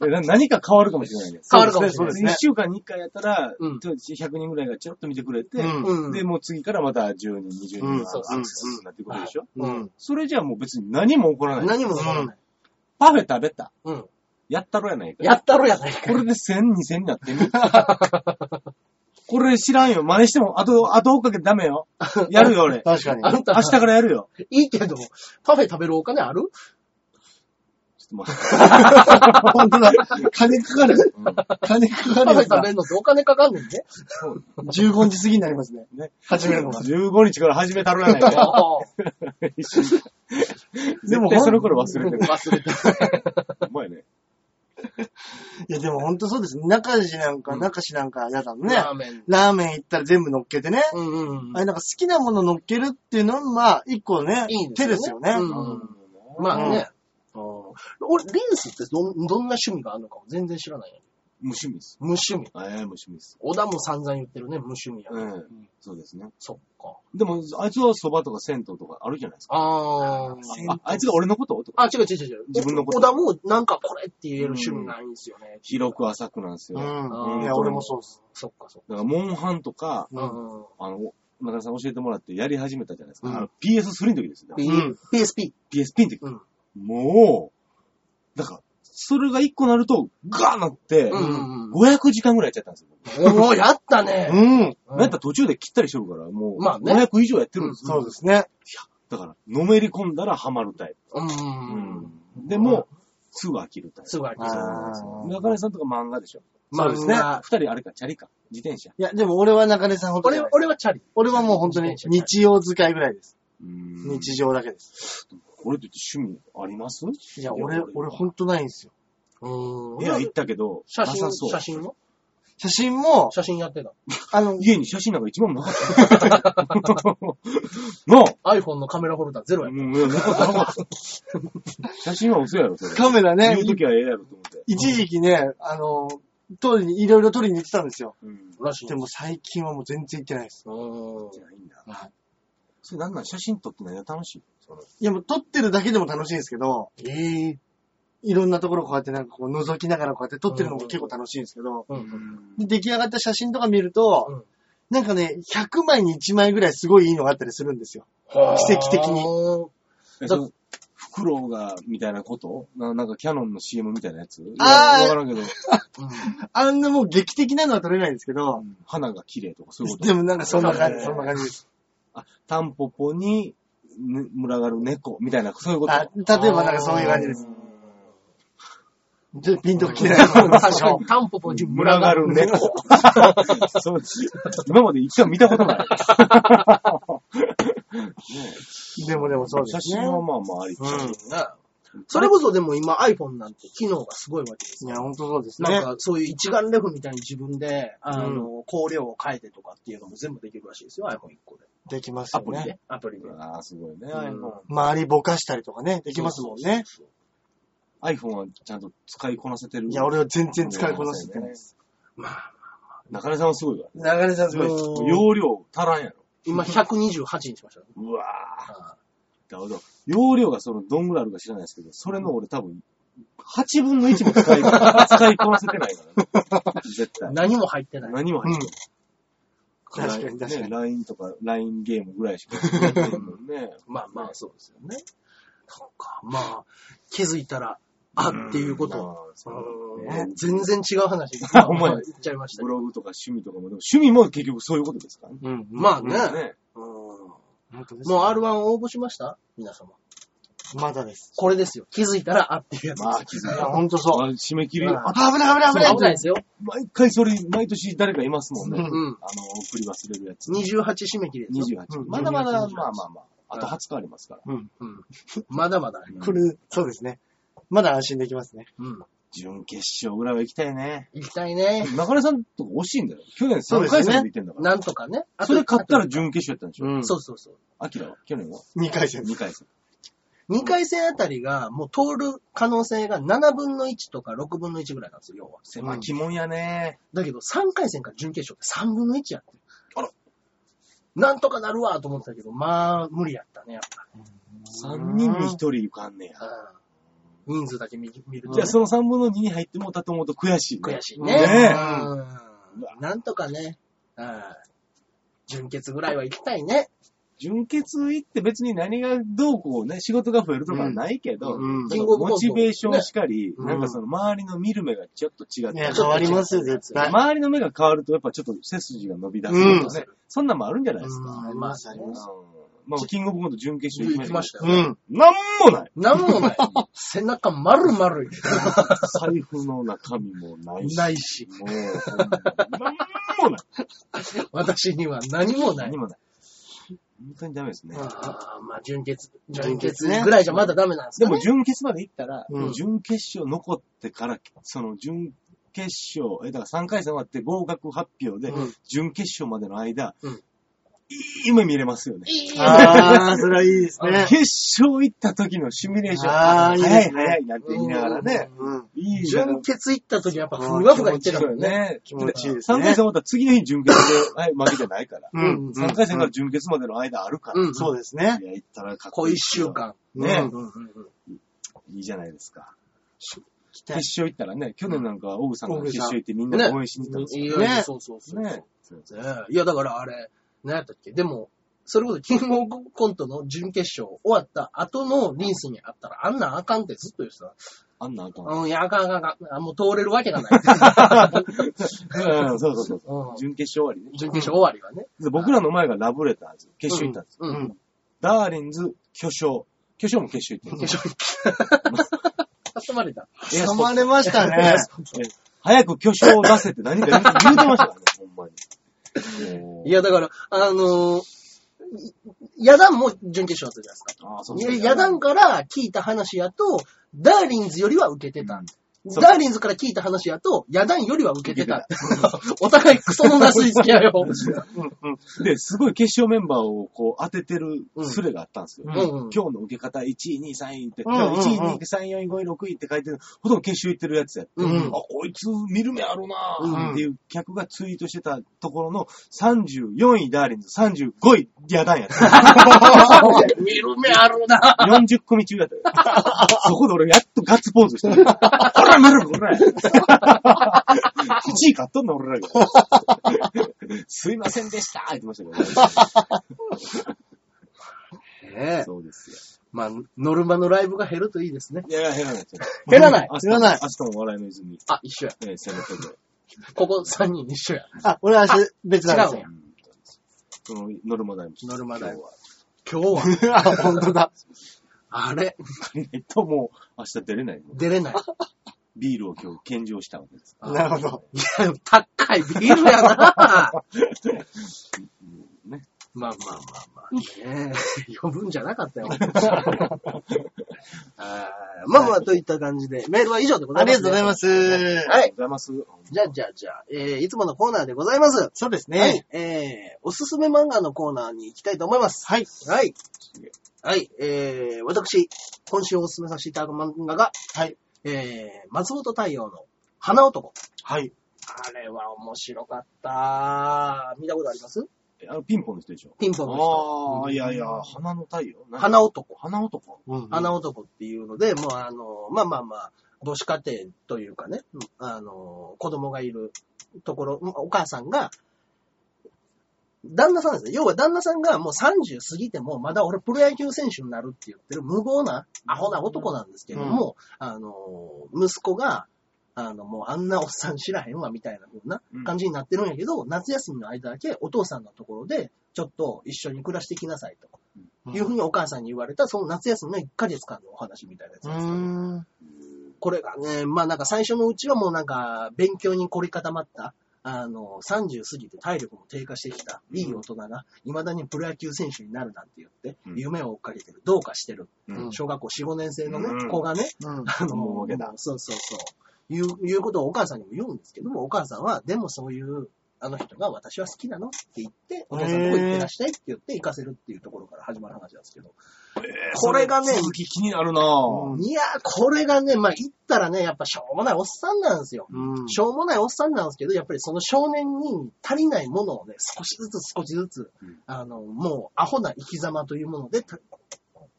えな何か変わるかもしれないね。変わるかもしれないそうですね1週間に1回やったら、うんと100人ぐらいがちょっと見てくれて、うんうんで、もう次からまた10人、20人うんがアクセスするなってことでしょ、うん。それじゃあもう別に何も起こらない。何も思わない。パフェ食べた。うん。やったろやないか。やったろやないこか。れで1000、2000になってみ。 これ知らんよ。真似しても、後、後追っかけてダメよ。やるよ、俺。確かに。あん明た、日からやるよ。いいけど、パフェ食べるお金あるちょっ と待って。本当だ。金かかる。うん金かかパるフェやつ食べだ。るのってお金かかんねんね。 15時過ぎになりますね。ね始めるのが。 15日から始めたろやない か。でも、絶対その頃忘れてる。忘れてる。お前ね。いや、でも本当そうです。中地なんか、中地なんか嫌だもんね。ラーメン。ラーメン行ったら全部乗っけてね。うんうんうんあ。れなんか好きなもの乗っけるっていうのは、まあ、一個ね、いいです手よねですよね。うんまあね。うん俺、リンスってどん、どんな趣味があるのかも全然知らないよ。無趣味です。無趣味。あええ、無趣味です。小田も散々言ってるね、無趣味や。うん。そうですね。そっか。でも、あいつは蕎麦とか銭湯とかあるじゃないですか。あー。あ、あいつが俺のこととか。あ、違う違う違う。自分のこと小田もなんかこれって言える趣味ないんですよね。広く浅くなんですよ。うだかん。うんいや、俺もそうです。そっかそっか。ら、モンハンとか、う。うんあの、中田さん教えてもらってやり始めたじゃないですか。うんあの PS3 の時ですよ。ん PSP。 PSP の時。うんもう、だから、それが1個なると、ガーなって、うんうんうん500時間ぐらいやっちゃったんですよ。おー、やったね。うん。なんやったら途中で切ったりしとるから、もう、まあね500以上やってるんですよ。そうですね。だから、のめり込んだらハマるタイうんうプ。んうん。でも、すぐ飽きるタイプ。すぐ飽きあそう。ー中根さんとか漫画でしょ。そうですね漫画二人あれか、チャリか、自転車。いや、でも俺は中根さん本当に俺、。俺はチャリ。俺はもう本当に日曜使いぐらいです。日常だけです。俺と趣味ありますいや、俺、俺本当ないんですよ。うん部屋行ったけど、写な真さ、そう写真は写真も、写真やってた。あの、家に写真なんか一枚もなかった。なあ iPhone のカメラホルダーゼロうや。ん、なかった、なかった。写真は嘘やろ、それ。カメラね言、うときはええやろと思って。一時期ね、あの、当時にいろいろ撮りに行ってたんですよ。うん。らしい。でも最近はもう全然行ってないです。うじゃないんだ。はいそれなんなん写真撮って何が楽しいそのいやもう撮ってるだけでも楽しいんですけど、ーん。ええいろんなところこうやってなんかこう覗きながらこうやって撮ってるのも結構楽しいんですけど、うんで出来上がった写真とか見ると、うんなんかね、100枚に1枚ぐらいすごいいいのがあったりするんですよ。奇跡的にはえそのフクロウが、みたいなことななんかキャノンの CM みたいなやつあーいやわからんけーど、うんあんなもう劇的なのは撮れないんですけど、花が綺麗とかそういうことでもなんかそんな感うじ、んそんな感じです。あ、タンポポに、ね群がる猫、みたいな、そういうことあ例えばなんかそういう感じです。ちょっとピンときてない。確かに、タンポポに群群ががるる。猫。 そう今まで一回見たことない。でもでもそうで写すね真。はまあまああり。うん。なそれこそでも今 iPhone なんて機能がすごいわけです。いや、ほんとそうですね。なんかそういう一眼レフみたいに自分で、あの、光量を変えてとかっていうのも全部できるらしいですよ、iPhone1 個で。できますアよプリね。で。アプリで。ああ、すごいね。うん iPhone 周りぼかしたりとかね、できますもんね。そうそうそうそう。 iPhone はちゃんと使いこなせてる。いや、俺は全然使いこなせてないです。まあ、中根さんはすごいわ。流れさんすごいです。うん容量足らんやろ。今128にしましたね。うわぁ。あなるほど。容量がそのどんぐらいあるか知らないですけど、それの俺多分、8分の1も使い、使いこなせてないからね。絶ー対。何も入ってない。何も入ってない。確かに確かねに。 LINE とか LINE ゲームぐらいしかやってないもんね。まあまあ、そうですよね。そうか。まあ、気づいたら、あっていうことを。うんうまあん全然違う話。 まあほんま言やっちゃいましたブけど。ログとか趣味とかも、でも趣味も結局そういうことですからね。うん。まああ、ね。ねうん本当ですもう R1 応募しました皆様。まだです。これですよ。気づいたらあっていうやつまあ、気づいいや、た。ほんとそう。あ締め切り、まああ危ない危ない危ない危ないですよ。毎回それ、毎年誰かいますもんね。うあんの、うん。送り忘れるやつ。 28締め切りですよ。 28。うんまだまだ、 28まあまあまあ。あと20日ありますから。うん。まだまだあります。これ、そうですね。まだ安心できますね。うん。準決勝ぐらいは行きたいね。行きたいね。中根さんとか惜しいんだよ。去年そう3ですね回戦で行ってんだから。なんとかね。あとそれ勝ったら準決勝やったんでしょうそうそうそう。アキラは去年は2回戦で ?2 す。回戦。 2回戦あたりが、もう通る可能性が7分の1とか6分の1ぐらいなんですよ、要は。狭きもんやね。だけど、3回戦から準決勝って3分の1やってる。あら。なんとかなるわと思ってたけど、まあ、無理やったね、やっぱ。 3人に1人いかんねや。うん人数だけ見見ると、じゃねあ、その3分の2に入ってもうたと思うと悔しい、悔しいねね。えうん。なんとかね、うん準決ぐらいは行きたいね。純潔行って別に何がどうこうね、仕事が増えるとかはないけど、うんうんなんかモチベーションしかり、うんなんかその周りの見る目がちょっと違っいて、や、変わりますよ、絶対。周りの目が変わるとやっぱちょっと背筋が伸び出すとかね、うんそんなんもあるんじゃないですか。うんありますありうんます。まあ、キングオブコント準決勝。行きましたたうよ。ん。なんもないなんもない。背中丸々い。財布の中身もないし。ないし。もう、ほんまなんもない。私には何もない何。もない。本当にダメですね。ああ、まあ、純潔、純純潔潔ねぐらいじゃまだダメなんですでかもね。準決まで行ったら、うん準決勝残ってから、その準決勝、え、だから3回戦終わって合格発表で、うん準決勝までの間、うんいい夢見れますよね。いいよああ、それはいいですね。決勝行った時のシミュレーション、あーいいですね早い早いなんて言いながらね、うん。いいじゃん純。潔行った時やっぱふわふわいってたもんね。ね。気持ちいいです3回戦ね終。わったら次の日準決で、はい、負けてないから。うん。 3回戦から準決までの間あるから。うんそうですね。いや、行ったらかっこ小いい。一週。間。ねううんんうんうんいいじゃないですか。来決て勝行ったらね、去年なんか、オグさんがオグさん決勝行ってみんなで応援しに行ったんですよ。いやねそうそうそう。ねね。いや、だからあれ、何やったっけでも、それこそキングオブコントの準決勝終わった後のリンスにあったら、あんなんあかんってずっと言ってた。あんなあかん。 うん、いや、あかんあかんあかん。あもう通れるわけが ない。うん、そうそうそうそう。うん準決勝終わりね。準決勝終わりはね。で僕らの前がラブレターズ、決勝行ったんですよ。う。うんん。ダーリンズ、巨匠。巨匠も決勝行ってる。決勝挟まれた。 エ挟アスポまッれましたね。トえ早く巨匠を出せって何か言う言うてましたからね、ほんまに。もういや、だから、あのー、ヤダンも準決勝だったじゃないですか。あーそういや、野団から聞いた話やと、ダーリンズよりは受けてた。そうダーリンズから聞いた話やと、野団よりは受けてた。お互いクソのなすりつけ合いを。うんうんで、すごい決勝メンバーをこう当ててるスレがあったんですよ。うんうんうん今日の受け方1位、2位、3位って、うんうんうん1位、2位、3位、4位、5位、6位って書いてる、ほとんど決勝行ってるやつやって、うんうんあ、こいつ見る目あるうなんぁっていう客がツイートしてたところの34位ダーリンズ、35位ヤダンやった。 見る目あるな。 40組中だったよ。そこで俺やっとガッツポーズした。ほら、なるこれ !1 位買っとんの俺らが。すいませんでしたって言ってましたねけど。 えそうですよ。まあ、ノルマのライブが減るといいですね。いや、減らないですよ。減らない明日減らない明日も笑いの泉。あ、一緒や。ええ、攻めてる。ここ3人一緒や。あ、俺は明日別なんでうんそのノルマダイム。ノルマダイム今今日は、すよ。あ、本当だ。あれ、日は。 えっと、もう、明日出れない。出 れない。ビールを今日献上したわけです。なるほど。いや、 高いビール やな。ね。まあまあまあまあ、ねえ、呼ぶんじゃなか ったよ。あーまあまあ、といった感じで、メールは以上でござあいりまがす、とうございまます。はいありがとうございます。す。じゃあじゃあじゃあ、えー、いつものコーナーでございます。そうですはねい。。えー、おすすめ漫画のコーナーに行きたいと思います。はい。はい。はい。えー、私、今週おすすめさせていただく漫画が、はい。えー、松本太陽の花男。はい。あれは面白かった。見たことありますえあの、ピンポンの人でしょ。ピンポンの人。ああ、いやいや、花の太陽。何花男。花男。花男っていうので、もうあの、まあまあまあ、母子家庭というかね、あの、子供がいるところ、お母さんが、旦那さんですね。要は旦那さんがもう30過ぎても、まだ俺プロ野球選手になるって言ってる無謀な、アホな男なんですけども、あの、息子が、あの、もうあんなおっさん知らへんわ、みたいな風な感じになってるんやけど、夏休みの間だけお父さんのところで、ちょっと一緒に暮らしてきなさいと。いうふうにお母さんに言われた、その夏休みの1ヶ月間のお話みたいなやつうなんですけどーん。これがね、まあなんか最初のうちはもうなんか、勉強に凝り固まった、あの、30過ぎて体力も低下してきた、いい大人が、未だにプロ野球選手になるなんて言ってう、ん夢を追っかけてる、どうかしてる。うん小学校4、5年生のうね、ん子が ね、うん。あの、ももううそうそうそう。いう、いうことをお母さんにも言うんですけども、お母さんは、でもそういう、あの人が私は好きなのって言って、お父さんのとこ行ってらっしゃいって言って行かせるっていうところから始まる話なんですけど。これがね続き気になるなぁ。うんいやー、これがね、まあ言ったらね、やっぱしょうもないおっさんなんですよ。うんしょうもないおっさんなんですけど、やっぱりその少年に足りないものをね、少しずつ少しずつ、うんあの、もうアホな生き様というものでた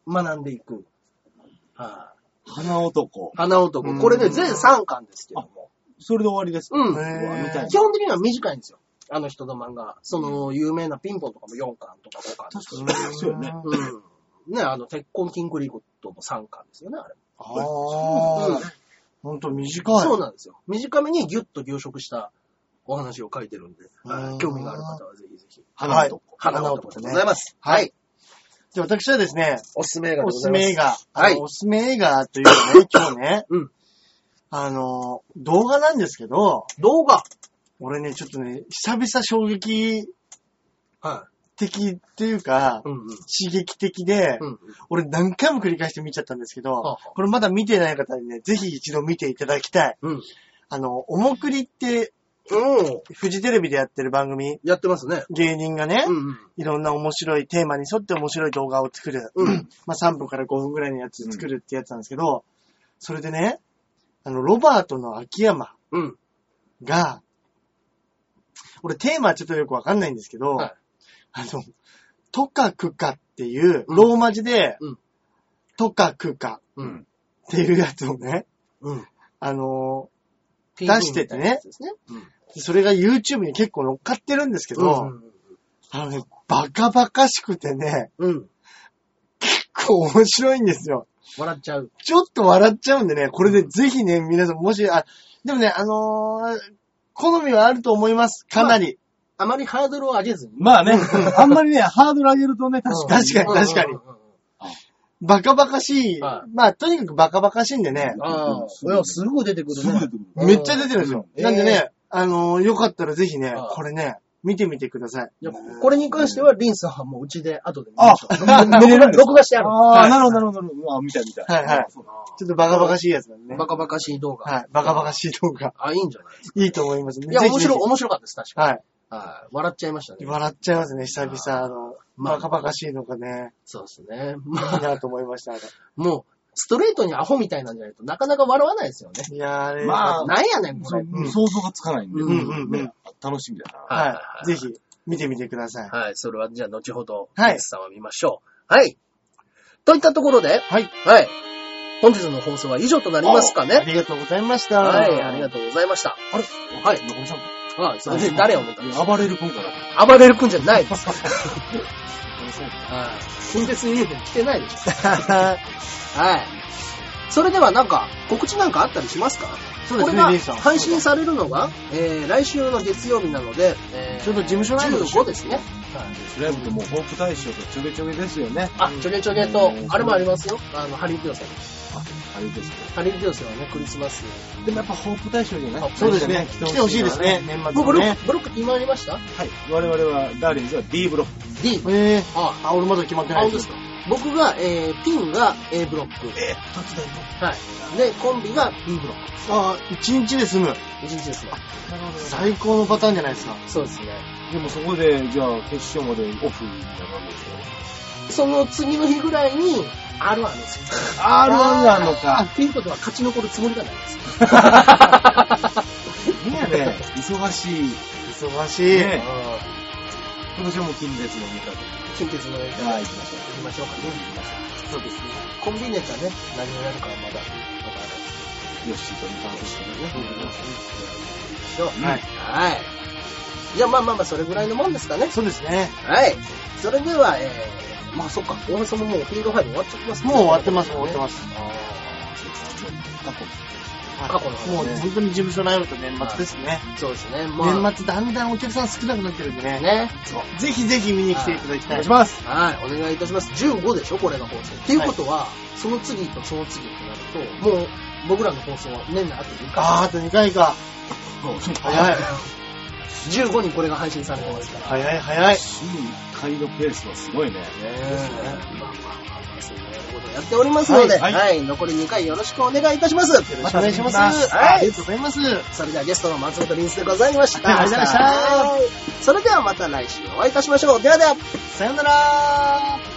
学んでいく。は花い。。男花男。これね、全3巻ですけども。それで終わりですかうんうわ見たい基本的には短いんですよ。あの人の漫画。その、有名なピンポンとかも4巻とか5巻とか。確かに。そうよね。うん。ね、あの、鉄痕キンクリーコットも3巻ですよね、あれ。あうんあ。ほんと短い。そうなんですよ。短めにギュッと凝縮したお話を書いてるんで、うん興味がある方はぜひぜひ。花男。花直直人人ねでございます。ははいい。じゃあ私はですね、おすすめ映画でおごすすざいます。め映画。はいあのおすすめ映画というのね、今日ね。うんあの、動画なんですけど、動画。俺ね、ちょっとね、久々衝撃は的っていうかい。、うんうん。刺激的で、うんうん。俺何回も繰り返して見ちゃったんですけど、はあはあこれまだ見てない方にね、ぜひ一度見ていただきたい。うん。あの、おもくりって、うん。フジテレビでやってる番組、やってますね。芸人がね、うんうん。いろんな面白いテーマに沿って面白い動画を作る。うんまあ3分から5分ぐらいのやつ作るってやつなんですけど、それでね、あの、ロバートの秋山うん。が、俺テーマはちょっとよくわかんないんですけど、はいあの、トカクカっていう、ローマ字で、うんトカクカうん。っていうやつをね、うん。あの出しててねですね。うん。ーそれが YouTube に結構乗っかってるんですけど、あのね、バカバカしくてね、うん。うん。結構面白いんですよ。笑っちゃう。ちょっと笑っちゃうんでね、これでぜひね、皆さんもし、あ、でもね、あのー好みはあると思います。かなり。あまりハードルを上げずに。まあね、あんまりね、ハードル上げるとね、確かに。確かに確かにうんうんうんうんバカバカしい。はまあ、とにかくバカバカしいんでね、ああ、いやすぐ出てくるすぐ出ねて。くる。うんめっちゃ出てるんですよ。うんなんでね、あのーよかったらぜひねあ、これね、見てみてください。いやこれに関しては、リンさんはもううちで後で見あましょう。見れるんです か録画してある。ああ、なるほど、なるほどなるほど。あ、見た見た。はいはいそうだちょっとバカバカしいやつなんでね。バカバカしい動画。はい。バカバカしい動画。あ、いいんじゃないですか。いいと思いますね。いや、ぜひ面ぜひ白い、面白かったです、確かはい。に。はい。笑っちゃいましたね。笑っちゃいますね、久々。あの、まあバカバカしいのがね、そうですね。いまいあ、なと思いました。あれもう、ストレートにアホみたいなんじゃないとなかなか笑わないですよね。いやー、あれ、まあなんやねん、こそれ。う想像がつかないんで、うんうんうん楽しみだな。はい。ぜひ、見てみてください。はい、それはじゃあ後ほど、はいリンさんを見ましょう。はい。といったところで、はい。はい。本日の放送は以上となりますかあね。りがとうございました。はい、ありがとうございました。あれはい残りさん。あ、それで誰を思ったんですか暴れる君から。暴れる君じゃないです。 はい。新別に来てないでしょ。はい。それではなんか、告知なんかあったりしますかそうですこれねがリンさん配信されるのが、えー、来週の月曜日なので、えー、ちょうど事務所内の15ですね。スライムともうホープ大賞とちょげちょげですよね。あ、ちょげちょげと、あれもありますよ。あの、ハリウッド予選。あれですけハリウッド予選はね、クリスマス。ど。でもやっぱホープ大賞じゃない そうですね。来てほしいです。ね。年末ブのロッね。ク、ブロック決まりましたはい。我々は、ダーリンズは D ブロック。 ?D。ええ。あ、あ、俺まだ決まってあ、ない本当ですか。僕が、えー、ピンが A ブロック。え、突然はい。で、コンビが B ブロック。あ、1日で済む。一日ですね。なるほど。最高のパターンじゃないですか。そうですね。でもそこで、じゃあ決勝までオフになるんですよ。その次の日ぐらいに、R はあるんですよ。 R1 なのあ、か。っていうことは勝ち残るつもりがないです。いやね、忙しい。忙しい。ね今年はもう近鉄のネタで。近鉄のネタはい、行行きましょきましょうかね。そうですね。コンビネタね、何をやるかはまだ、まだう。よし、と楽しみだね。はい。はい。じゃあまあまあまあ、それぐらいのもんですかね。そうですね。はい。それでは、えー、まあそっか、大橋さんももうフィールドファイブ終わっちゃってます。もう終わってます、終わってますす。あ過は去。い過去の話ねもう本当に事務所内容と年末ですね。ーそうですね。まあ、年末だんだんお客さん少なくなってるんでね。ね。ぜひぜひ見に来ていただきおた願いいし。ます。はい、お願いいたします。15でしょ、これが放送。っていうことは、その次とその次ってなると、もう、僕らの放送は年内あと2回。あー、あと2回か。早い。 15にこれが配信されてますから。早い早い。週1回のペースはすごいね。ねまあまあまあまあ、そういうことをやっておりますので、は、はいい残り2回よろしくお願いいたします。よろしくお願いします。はいありがとうございます。それではゲストの松本凛子でございました。ありがとうございましたはいそれではまた来週お会いいたしましょう。ではでは。さよなら